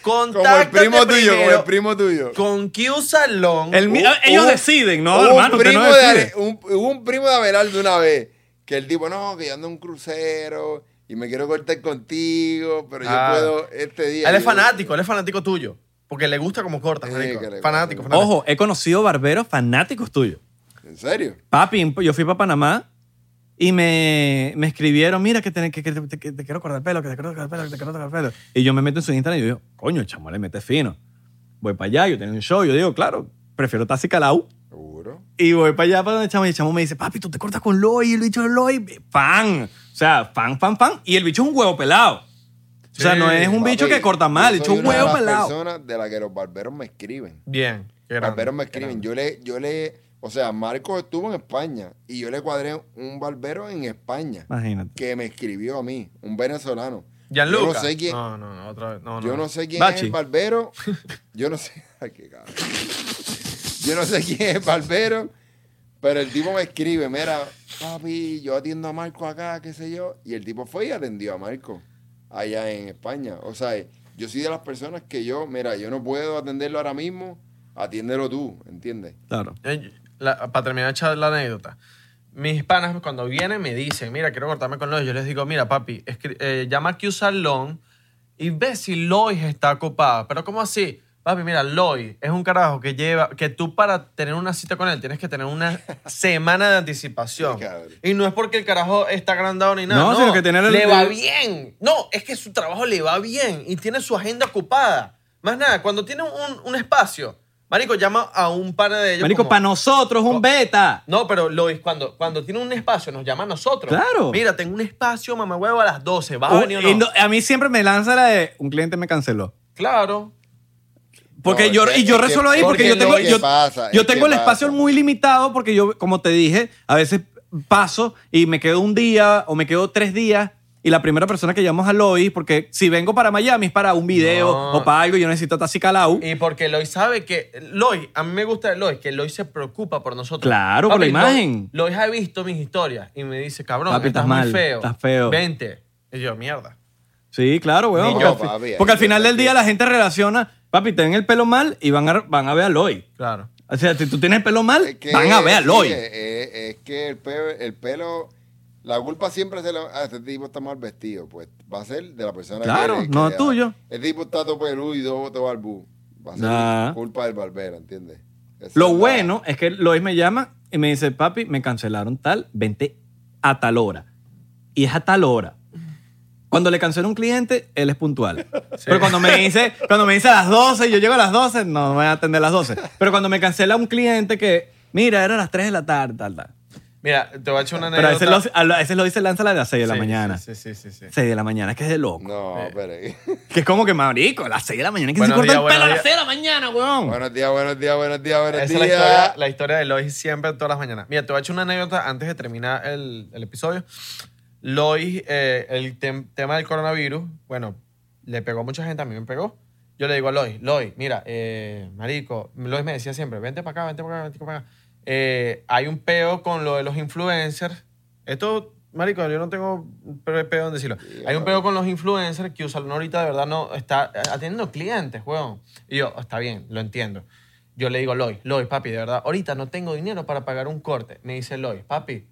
Como el contáctate primo tuyo, como el primero primo tuyo. con uh, Q Salón. El mi- eh, Un- ellos un- deciden, ¿no, un hermano? Usted Primo no de decide. Ale- un, hubo un primo de Abelardo una vez que el tipo, no, que yo ando en un crucero y me quiero cortar contigo, pero Ah. yo puedo este día. Él es Yo- fanático, él es fanático tuyo. Porque le gusta como cortas, Sí, marico. que le gusta. Fanático, fanático. Ojo, he conocido barberos fanáticos tuyos. ¿En serio? Papi, yo fui para Panamá y me, me escribieron, mira, que te, que- que te- que te quiero cortar el pelo, que te quiero cortar el pelo, que te quiero cortar el pelo. Y yo me meto en su Instagram y yo digo, coño, el chamo, le mete fino. Voy para allá, yo tengo un show. Yo digo, claro, prefiero Tassi Calau Seguro. Y voy para allá para donde el chamo. Y el chamo me dice, papi, tú te cortas con Loy. Y el bicho de Loy, fan. O sea, fan, fan, fan. Y el bicho es un huevo pelado. O sea, Sí, no es un Papi, bicho que corta mal. El yo bicho soy es un una de huevo las pelado. personas de las que los barberos me escriben. Bien. qué grande, Barberos me qué escriben. grande. Yo le, yo le, o sea, Marcos estuvo en España y yo le cuadré un barbero en España Imagínate. que me escribió a mí, un venezolano. Gianluca. Yo no sé quién, No, no, no, otra vez. No, no. yo no sé quién es Bachi. el barbero. (laughs) Yo no sé. Ay, qué cabrón. Yo no sé quién es el barbero. Pero el tipo me escribe, mira, papi, yo atiendo a Marco acá, qué sé yo. Y el tipo fue y atendió a Marco allá en España. O sea, yo soy de las personas que yo, mira, yo no puedo atenderlo ahora mismo, atiéndelo tú, ¿entiendes? Claro. Eh, la- para terminar de echar la anécdota. Mis panas cuando vienen me dicen, mira, quiero cortarme con Lois. Yo les digo, mira, papi, escri- eh, llama aquí a un salón y ve si Lois está copada. Pero ¿cómo así? Papi, mira, Lois es un carajo que lleva, que tú para tener una cita con él tienes que tener una semana de anticipación. (laughs) Sí, cabrón. y no es porque el carajo está agrandado ni nada. No, No, sino que tener el- le va el- bien. No, es que su trabajo le va bien y tiene su agenda ocupada. Más nada, cuando tiene un, un espacio, Marico llama a un pana de ellos. Marico, como- para nosotros es un beta. no, pero Lois, cuando, cuando tiene un espacio, nos llama a nosotros. Claro. Oh, Mira, tengo un espacio, mamá huevo, a las 12. ¿Vas a venir o no? Y no- a mí siempre me lanza la de un cliente me canceló. Claro. Porque No, yo, es que- y yo es que- resuelvo ahí porque, porque yo es lo tengo, que yo, pasa, yo es tengo que el espacio pasa. muy limitado porque yo, como te dije, a veces paso y me quedo un día o me quedo tres días y la primera persona que llamo es a Lois porque si vengo para Miami es para un video No. o para algo yo necesito Tassi Calau. Y porque Lois sabe que. Lois, a mí me gusta de Lois, que Lois se preocupa por nosotros. Claro, por la imagen. Lo- Lois ha visto mis historias y me dice, cabrón, Papi, estás, estás muy mal, feo. estás feo. Vente. Y yo, mierda. Sí, claro, weón. Ni Porque, yo, al, fi- papi, ahí porque al yo final del también. día la gente relaciona, papi, te ven el pelo mal y van a, van a ver a Lois. Claro. O sea, si tú tienes el pelo mal, Es que- van a ver a sí, Lois. Es, es- es que el pelo, el pelo, la culpa siempre se la, ah, este tipo está mal vestido, pues va a ser de la persona que Claro, que no le da. tuyo. El tipo está todo peludo y todo, todo barbú. Va a ser Nah. culpa del barbero, ¿entiendes? Esa Lo es la- bueno es que Lois me llama y me dice, papi, me cancelaron tal, vente a tal hora. Y es a tal hora. Cuando le cancela un cliente, él es puntual. Pero cuando me, dice, cuando me dice a las 12 y yo llego a las 12, no me voy a atender a las 12. Pero cuando me cancela un cliente que, mira, era a las 3 de la tarde, tal, tal. Mira, te voy a echar una Pero a anécdota. veces, lo, a lo- a veces lo dice Lanza a las 6 de la Sí, mañana. Sí, sí, sí, sí. sí. 6 de la mañana, que es de loco. No, Eh. espere. (laughs) Que es como que, marico, a las 6 de la mañana. que se Buenos corta el días, pelo a buenos las 6 de la mañana, weón? buenos días, buenos días, buenos días, buenos Esa es días. la historia, la historia de Lois siempre, todas las mañanas. Mira, te voy a echar una anécdota antes de terminar el, el episodio. Lois, eh, el tem- tema del coronavirus, bueno, le pegó a mucha gente, a mí me pegó. Yo le digo a Lois, Lois, mira, eh, marico, Lois me decía siempre, vente para acá, vente para acá, vente para acá. Eh, hay un peo con lo de los influencers. Esto, marico, yo no tengo pe- peo en decirlo. Sí, hay un claro. peo con los influencers que Usalón ahorita de verdad no está eh, atendiendo clientes, weón. Y yo, está bien, lo entiendo. Yo le digo, Lois, Lois, papi, de verdad, ahorita no tengo dinero para pagar un corte. Me dice Lois, papi,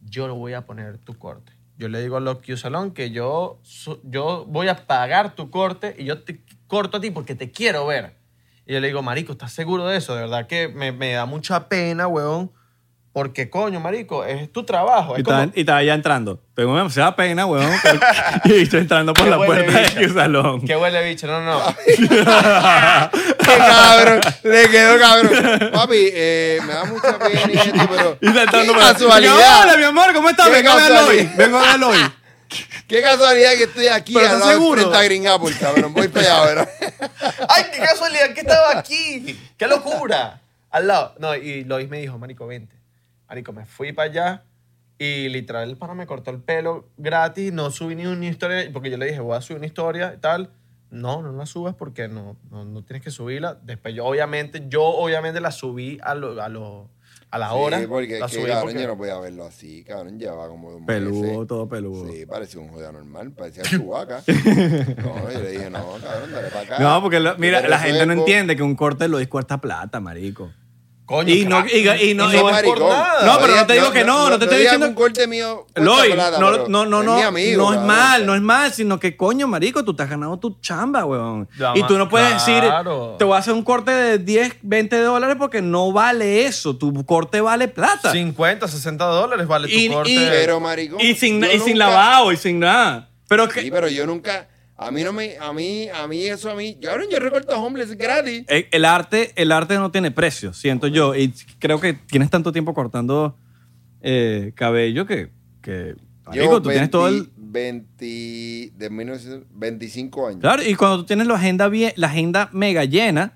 yo lo voy a poner tu corte. Yo le digo a los Q-Salón que yo, so- yo voy a pagar tu corte y yo te corto a ti porque te quiero ver. Y yo le digo, marico, ¿estás seguro de eso? De verdad que me, me da mucha pena, weón, porque coño, marico, es tu trabajo. Y Es estaba, como, y estaba ya entrando. Tengo una demasiada pena, weón. (laughs) (laughs) y estoy entrando por Qué la huele puerta bicho. de tu salón. ¿Qué huele bicho? No, no, no. ¡Qué cabrón! Le quedó cabrón. Papi, eh, me da mucha pena y esto, pero. (laughs) Y saltando ¡Qué por la- Y yo, Hola, casualidad! mi amor, ¿cómo estás? Qué Vengo a verlo hoy. casualidad. Vengo a verlo hoy. ¡Qué casualidad que estoy aquí Pero al ¿estás lado de seguro? frente a Green Apple, cabrón! Voy para allá, ¿verdad? ¡Ay, qué casualidad que estaba aquí! ¡Qué locura! Al lado. No, y Lois me dijo, marico, vente. Marico, me fui para allá y literal el pana me cortó el pelo gratis, no subí ni una historia, porque yo le dije, voy a subir una historia y tal. No, no la subas porque no, no, no tienes que subirla. Después yo obviamente, yo obviamente la subí a lo, a lo- a la hora. Sí, porque la es que, subí cabrón, porque- yo no podía verlo así, cabrón. Llevaba como dos Peludo, meses. todo peludo. Sí, parecía un joda normal, (laughs) parecía Chewbacca. no, yo le dije, no, cabrón, dale para acá. No, porque lo- Yo mira, te la gente no resuelvo. entiende que un corte lo cuesta plata, marico. Coño, Y no- crack. y- y no- es y no- por nada. No, pero no te digo que no, no te estoy digas diciendo- Un corte mío. cuesta Loy, plata, no, pero no, no, es no, mi amigo, no es cabrón, o mal, sea. no es mal, sino que coño, marico, tú te has ganado tu chamba, weón. Ya, y tú no puedes claro. decir, te voy a hacer un corte de 10, 20 dólares porque no vale eso, tu corte vale plata. 50, 60 dólares vale tu Y- y- corte. Pero, maricón. y sin, yo y sin nunca- lavado, y sin nada. Pero que, Sí, pero yo nunca. A mí no me. A mí, a mí eso, a mí. Cabrón, yo recorto homeless gratis. Eh, El, el arte, el arte no tiene precio, siento yo. Y creo que tienes tanto tiempo cortando eh, cabello que, que marico, Llevo tú tienes todo el... 20, de 1925 años. Claro, y cuando tú tienes la agenda bien, la agenda mega llena,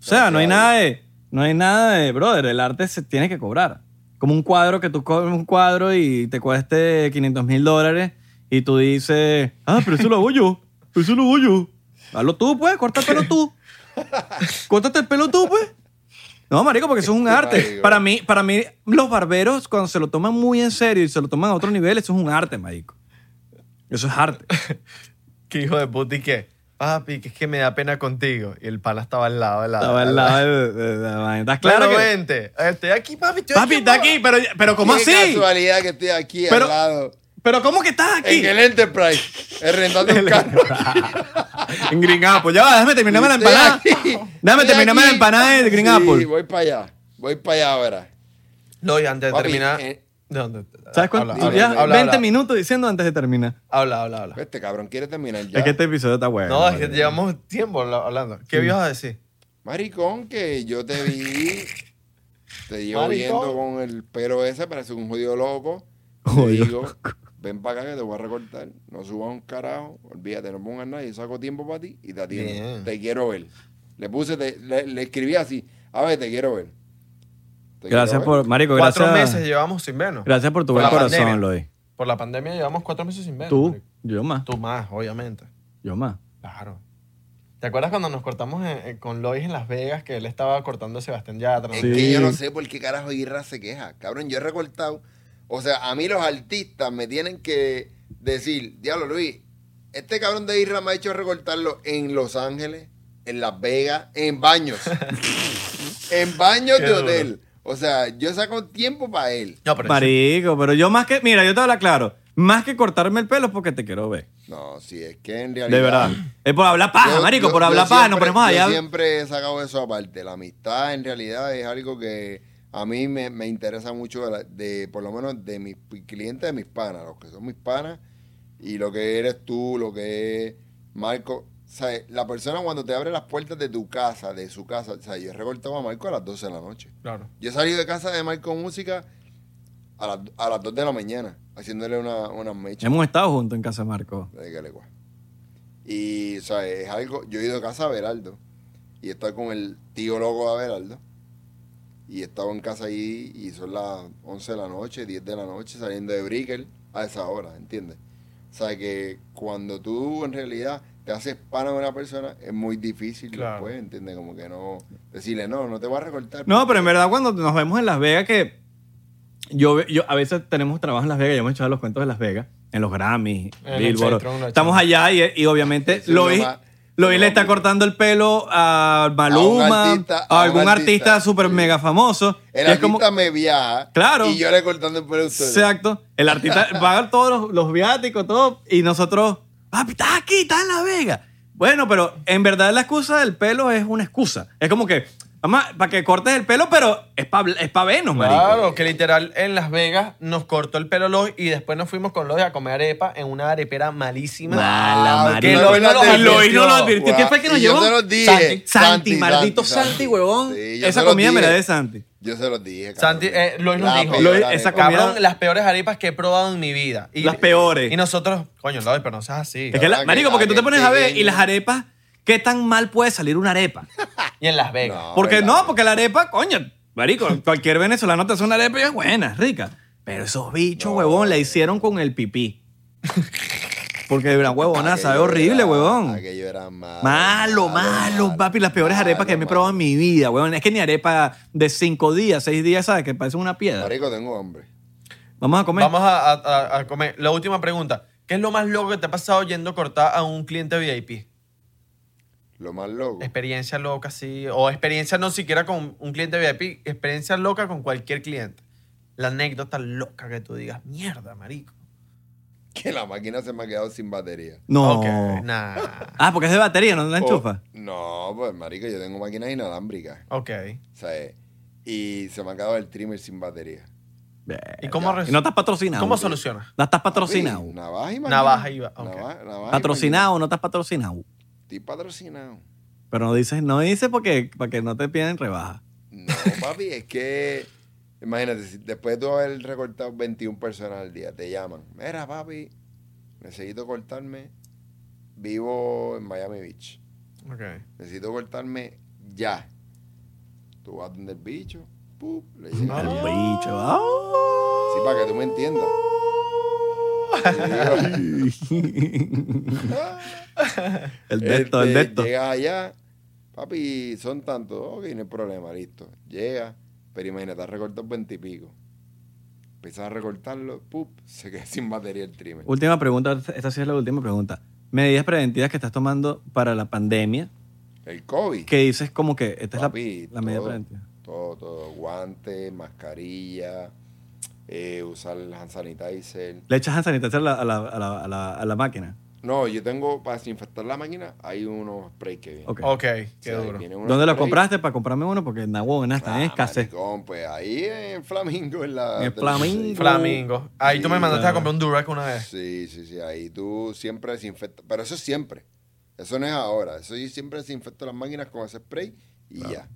o sea, no hay Claro. nada de, no hay nada de, brother, el arte se tiene que cobrar. Como un cuadro que tú cobras un cuadro y te cueste 500 mil dólares y tú dices, ah, pero eso lo hago yo, eso lo hago yo. Hazlo tú, pues, córtatelo tú. Córtate el pelo tú, pues. No, marico, porque eso es un arte. Marico. Para mí, para mí, los barberos, cuando se lo toman muy en serio y se lo toman a otro nivel, eso es un arte, marico. Eso es arte. que hijo de puta y que, papi, que es que me da pena contigo. Y el pala estaba al lado de la. Estaba al lado de- de- de la vaina. ¿Estás Claro claro que- vente. Estoy aquí, papi. Estoy Papi, está aquí, pero, pero ¿cómo Qué así? casualidad que estoy aquí Pero- al lado. ¿Pero cómo que estás aquí? En el Enterprise. (laughs) eh, Rentando un carro. En Green Apple. Ya va, déjame terminarme la empanada. Estoy aquí. Déjame Estoy terminarme la aquí. empanada de Green Sí, Apple. Voy para allá. Voy para allá ahora. No, y antes de Papi, terminar. eh, ¿De dónde? ¿Sabes cuánto? Habla, habla, ya habla, 20 habla. minutos diciendo antes de terminar. Habla, habla, habla. Este cabrón quiere terminar ya. Es que este episodio está bueno. No, es que vale. llevamos tiempo habla- hablando. ¿Qué ibas a decir? Maricón, que yo te vi. Te llevo Maricón. viendo con el pelo ese, parece un jodido loco. Te Jodido digo, ven para acá que te voy a recortar. No subas un carajo. Olvídate, no pongas nada. Yo saco tiempo para ti y te atiendo. Bien. Te quiero ver. Le puse, te- le, le escribí así. A ver, te quiero ver. Te Gracias quiero ver. por, Marico, Cuatro gracias. meses llevamos sin vernos. Gracias por tu Por buen la corazón, pandemia. Loy. Por la pandemia llevamos cuatro meses sin vernos. Tú, marico. yo más. Tú más, obviamente. Yo más. Claro. ¿Te acuerdas cuando nos cortamos en- en- con Lois en Las Vegas que él estaba cortando a Sebastián Yatra? Es Sí. que yo no sé por qué carajo Irra se queja. Cabrón, yo he recortado. O sea, a mí los artistas me tienen que decir, diablo Luis, este cabrón de Irra me ha hecho recortarlo en Los Ángeles, en Las Vegas, en (laughs) baños. en baños Qué de duro. hotel. O sea, yo saco tiempo para él. No, pero Marico, pero yo más que. Mira, yo te hablo claro. Más que cortarme el pelo es porque te quiero ver. No, si es que en realidad. De verdad. Es por hablar paja, Yo- marico, yo- por yo hablar paja. Nos siempre- ponemos allá. Yo siempre he sacado eso aparte. La amistad en realidad es algo que a mí me, me interesa mucho, de, la- de- por lo menos de mis p- clientes, de mis panas, los que son mis panas, y lo que eres tú, lo que es Marco. ¿Sabes? La persona cuando te abre las puertas de tu casa, de su casa, o sea, yo he recortado a Marco a las 12 de la noche. Claro. Yo he salido de casa de Marco Música a, las- a las 2 de la mañana haciéndole una, una mecha. Hemos estado juntos en Casa Marco. de Galegua. Y, o sea, es algo. Yo he ido a casa a Beraldo. Y he estado con el tío loco de Beraldo. Y he estado en casa ahí. Y son las 11 de la noche, 10 de la noche, saliendo de Brickell a esa hora, ¿entiendes? O sea, que cuando tú en realidad te haces pana de una persona, es muy difícil Claro. después, ¿entiendes? Como que no. Decirle, no, no te voy a recortar. No, pero porque en verdad cuando nos vemos en Las Vegas que yo, ve- yo a veces tenemos trabajo en Las Vegas, yo me he echado los cuentos de Las Vegas, en los Grammys, En el Billboard. Chatron, la Estamos allá y, y obviamente Eso es lo Lois, más- Lois lo le más está bonito. cortando el pelo a Maluma, a, artista- a un algún artista, artista súper sí. mega famoso. El Y artista me viaja. Claro. Y yo le cortando el pelo a ustedes. Exacto. El artista paga todos los, los viáticos, todo. Y nosotros, papi, estás aquí, estás en La Vega. Bueno, pero en verdad la excusa del pelo es una excusa. Es como que, mamá, para que cortes el pelo, pero es para es pa Venus, marico. Claro, que literal en Las Vegas nos cortó el pelo Lloyd y después nos fuimos con Lloyd a comer arepa en una arepera malísima. Mala, Wow, marico. que Lloyd no lo Y Lloyd no lo advirtió. advirtió. Guau, ¿Quién fue que nos y yo llevó? se los dije. Santi, Santi, Santi, maldito Santi, Santi, Santi. huevón. Sí, yo Esa se los comida me la dije. de Santi. Yo se los dije. Santi, cabrón. eh, Lois nos La dijo. peor Lois, arepa. esa comida- Cabrón, las peores arepas que he probado en mi vida. Y- Las peores. Y nosotros, coño, Lloyd, pero no seas así. Es que, la- que- marico, porque ah, tú que te pones a ver y pequeño. las arepas, ¿qué tan mal puede salir una arepa? Y en Las Vegas. No, Porque ¿verdad? no, porque la arepa, coño, marico, cualquier venezolano te hace una arepa y es buena, es rica. Pero esos bichos, No. huevón, la hicieron con el pipí. Porque una huevona Aquello sabe horrible, era- huevón. Aquello era ah, malo. Malo, malo, papi. Las peores arepas que me he malo. probado en mi vida, huevón. Es que ni arepa de cinco días, seis días, ¿sabes? Que parece una piedra. Marico, tengo hambre. Vamos a comer. Vamos a, a- a- a comer. La última pregunta. ¿Qué es lo más loco que te ha pasado yendo a cortar a un cliente VIP? Lo más loco. Experiencia loca, sí. O experiencia no siquiera con un cliente VIP. Experiencia loca con cualquier cliente. La anécdota loca que tú digas. Mierda, marico. Que la máquina se me ha quedado sin batería. No. Ok, Nah. Ah, porque es de batería, no la O- enchufa. no, pues, marico, yo tengo máquinas inalámbricas. Ok. ¿Sabes? Y se me ha quedado el trimmer sin batería. ¿Y cómo Y no resuelves? estás patrocinado. ¿Cómo solucionas? No estás patrocinado. Papi, Navaja y máquina. Navaja y va- ok. Navaja- navaja y Patrocinado, no estás patrocinado. máquina. Estoy patrocinado. Pero no dices, no dices porque para que no te piden rebaja. No, papi, es que. Imagínate, si después de tú haber recortado 21 personas al día, te llaman. Mira, papi, necesito cortarme. Vivo en Miami Beach. Ok. Necesito cortarme ya. Tú vas donde el bicho. ¡pup! Le llega El el bicho. bicho. (laughs) ah. Sí, para que tú me entiendas. Y digo, el de esto, el de este, esto. Llegas allá, papi, son tantos. Ok, no hay problema, listo. Llega, pero imagínate, has recortado 20 y pico. Empiezas a recortarlo, ¡pup! Se queda (laughs) sin batería el trimmer. Última pregunta, esta sí es la última pregunta. Medidas preventivas que estás tomando para la pandemia, El COVID. que dices como que esta Papi, es la, la medida todo. preventiva. Todo, todo. Guantes, mascarilla, eh, usar el hand sanitizer. Le echas hand sanitizer a la, a la- a la- a la- a la máquina. No, yo tengo, para desinfectar la máquina, hay unos sprays que vienen. Ok. Ok, O qué sea, duro. vienen unos ¿Dónde lo sprays. compraste para comprarme uno? Porque en Nahuatl está en Ah, escasez. maricón, pues ahí en Flamingo, en la... En Flamingo. 36. Flamingo. Ahí tú me Sí, mandaste claro. a comprar un Durac una vez. Sí, sí, sí. Ahí tú siempre desinfectas. Pero eso es siempre. Eso no es ahora. Eso yo siempre desinfecto las máquinas con ese spray y ya.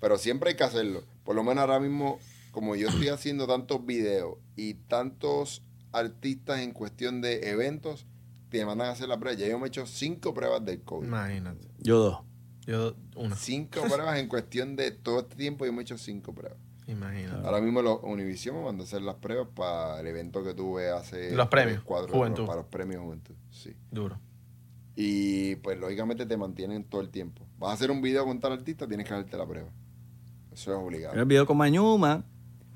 Pero siempre hay que hacerlo. Por lo menos ahora mismo, como yo (clears throat) estoy haciendo tantos videos y tantos artistas en cuestión de eventos, te mandan a hacer la prueba. Ya yo me he hecho cinco pruebas del COVID. Imagínate. Yo dos. Yo, una. (laughs) Cinco pruebas en cuestión de todo este tiempo, yo me he hecho cinco pruebas. Imagínate. Ahora mismo los Univision me mandó a hacer las pruebas para el evento que tuve hace... Los premios, Cuatro, Juventud. Para los premios Juventud, sí. Duro. Y pues lógicamente te mantienen todo el tiempo. Vas a hacer un video con tal artista, tienes que darte la prueba. Eso es obligado. Era el video con Mañuma.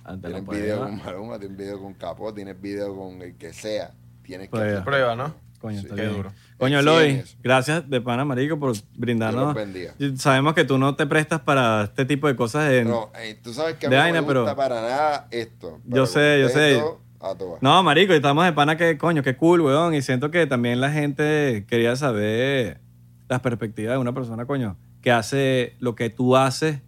Antes la Tienes video prueba. con Maluma, tienes video con Capó, tienes video con el que sea. Tienes que Prueba. hacer- Prueba, ¿no? Coño, Sí. está Qué bien. duro. Coño, Exigen Eloy, eso. gracias de pana, marico, por Dios los brindarnos. bendiga. Sabemos que tú no te prestas para este tipo de cosas. de- No, eh, tú sabes que a mí De no vaina, me gusta pero- para nada esto. Yo Pero sé, yo con sé. esto, a todas. No, marico, y estamos de pana que, coño, qué cool, weón. Y siento que también la gente quería saber las perspectivas de una persona, coño, que hace lo que tú haces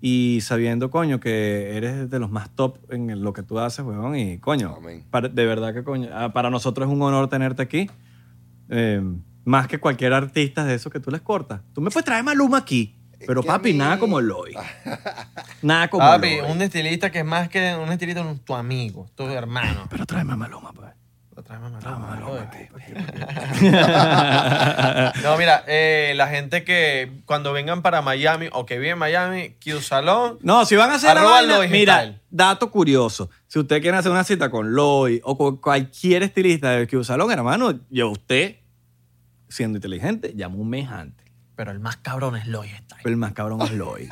y sabiendo, coño, que eres de los más top en lo que tú haces, weón. Y, coño, Amén. para- de verdad que, coño, ah, para nosotros es un honor tenerte aquí. Em, Eh, más que cualquier artista de esos que tú les cortas. Tú me puedes traer Maluma aquí. Pero que a papi, mí- nada como (laughs) Eloy. Nada como Ah, Papi, Eloy. un estilista que es más que un estilista, un- tu amigo, tu hermano. Pero tráeme a Maloma, (laughs) pues. Lo traemos a Maluma, Tráeme a joder. Maloma. aquí, aquí, aquí. No, mira, eh, la gente que cuando vengan para Miami o que vive en Miami, Q Salón, No, si van a hacer la Arroba vaina, Lois mira, Style. dato curioso. Si usted quiere hacer una cita con Loy o con cualquier estilista del Q Salón, hermano, yo usted, siendo inteligente, llama un mes antes. pero el más cabrón es Loy Style. Pero el más cabrón es (laughs) Loy.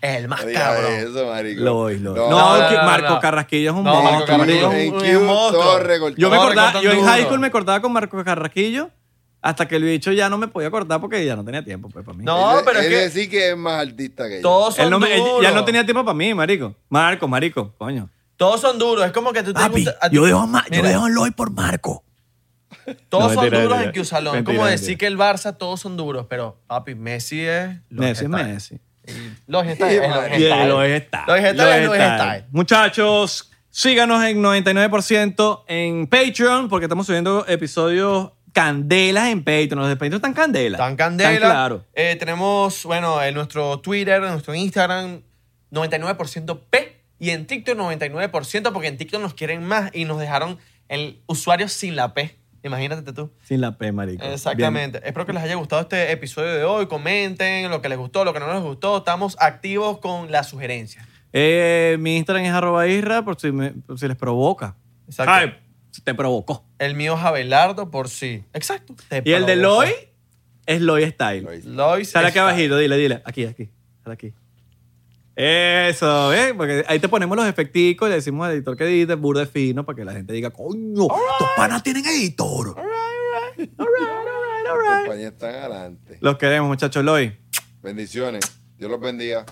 Es el más No digas cabrón. eso, marico. Loy, Loy. No, No, no, que no, Marco no. Carrasquillo es un No, monstruo, Marco Carrasquillo marico. es en un- Q, es un monstruo. Torre, Gortari. Yo me No, acordaba, recortan yo en duro. high school me cortaba con Marco Carrasquillo hasta que el bicho ya no me podía cortar porque ya no tenía tiempo pues, para mí. No, Es de- pero es es que- decir que es más artista que yo. Todos son Él no me- él duros. ya no tenía tiempo para mí, marico. Marco, marico, coño. Todos son duros. Es como que tú te gusta- a ti- dejo, a Ma- Mira. a Loy por Marco. Todos No, son mentira, duros en mentira. Q Salón. Es Mentira, como mentira. decir que el Barça todos son duros, pero papi, Messi es. Lois Messi es Style. Messi. Los está, es Lois Y Style. el Lois está. Lois está, Lois es Lois está. está. Muchachos, síganos en 99% en Patreon porque estamos subiendo episodios candelas en Patreon. Los de Patreon están candelas. Tan candela. claro. Eh, tenemos, bueno, en nuestro Twitter, en nuestro Instagram, 99% P. Y en TikTok, 99%, porque en TikTok nos quieren más y nos dejaron el usuario sin la P. Imagínate tú. Sin la P, marico. Exactamente. Espero que les haya gustado este episodio de hoy. Comenten lo que les gustó, lo que no les gustó. Estamos activos con las sugerencias. Bien. Eh, mi Instagram es arroba isra por si, me- por si les provoca. Exacto. Ay, si te provocó. El mío es Abelardo por sí. Exacto. Te Y el de provoco. Loy es Loy Style. Lois. Loy. Sal aquí Style. abajito, dile, dile. Aquí, aquí. Sal aquí. Eso, ¿eh? Porque ahí te ponemos los efecticos y le decimos al editor que edite, burde fino, para que la gente diga, coño, tus panas tienen editor. Las compañías están adelante. Los queremos, muchachos. Loy, Bendiciones. Dios los bendiga.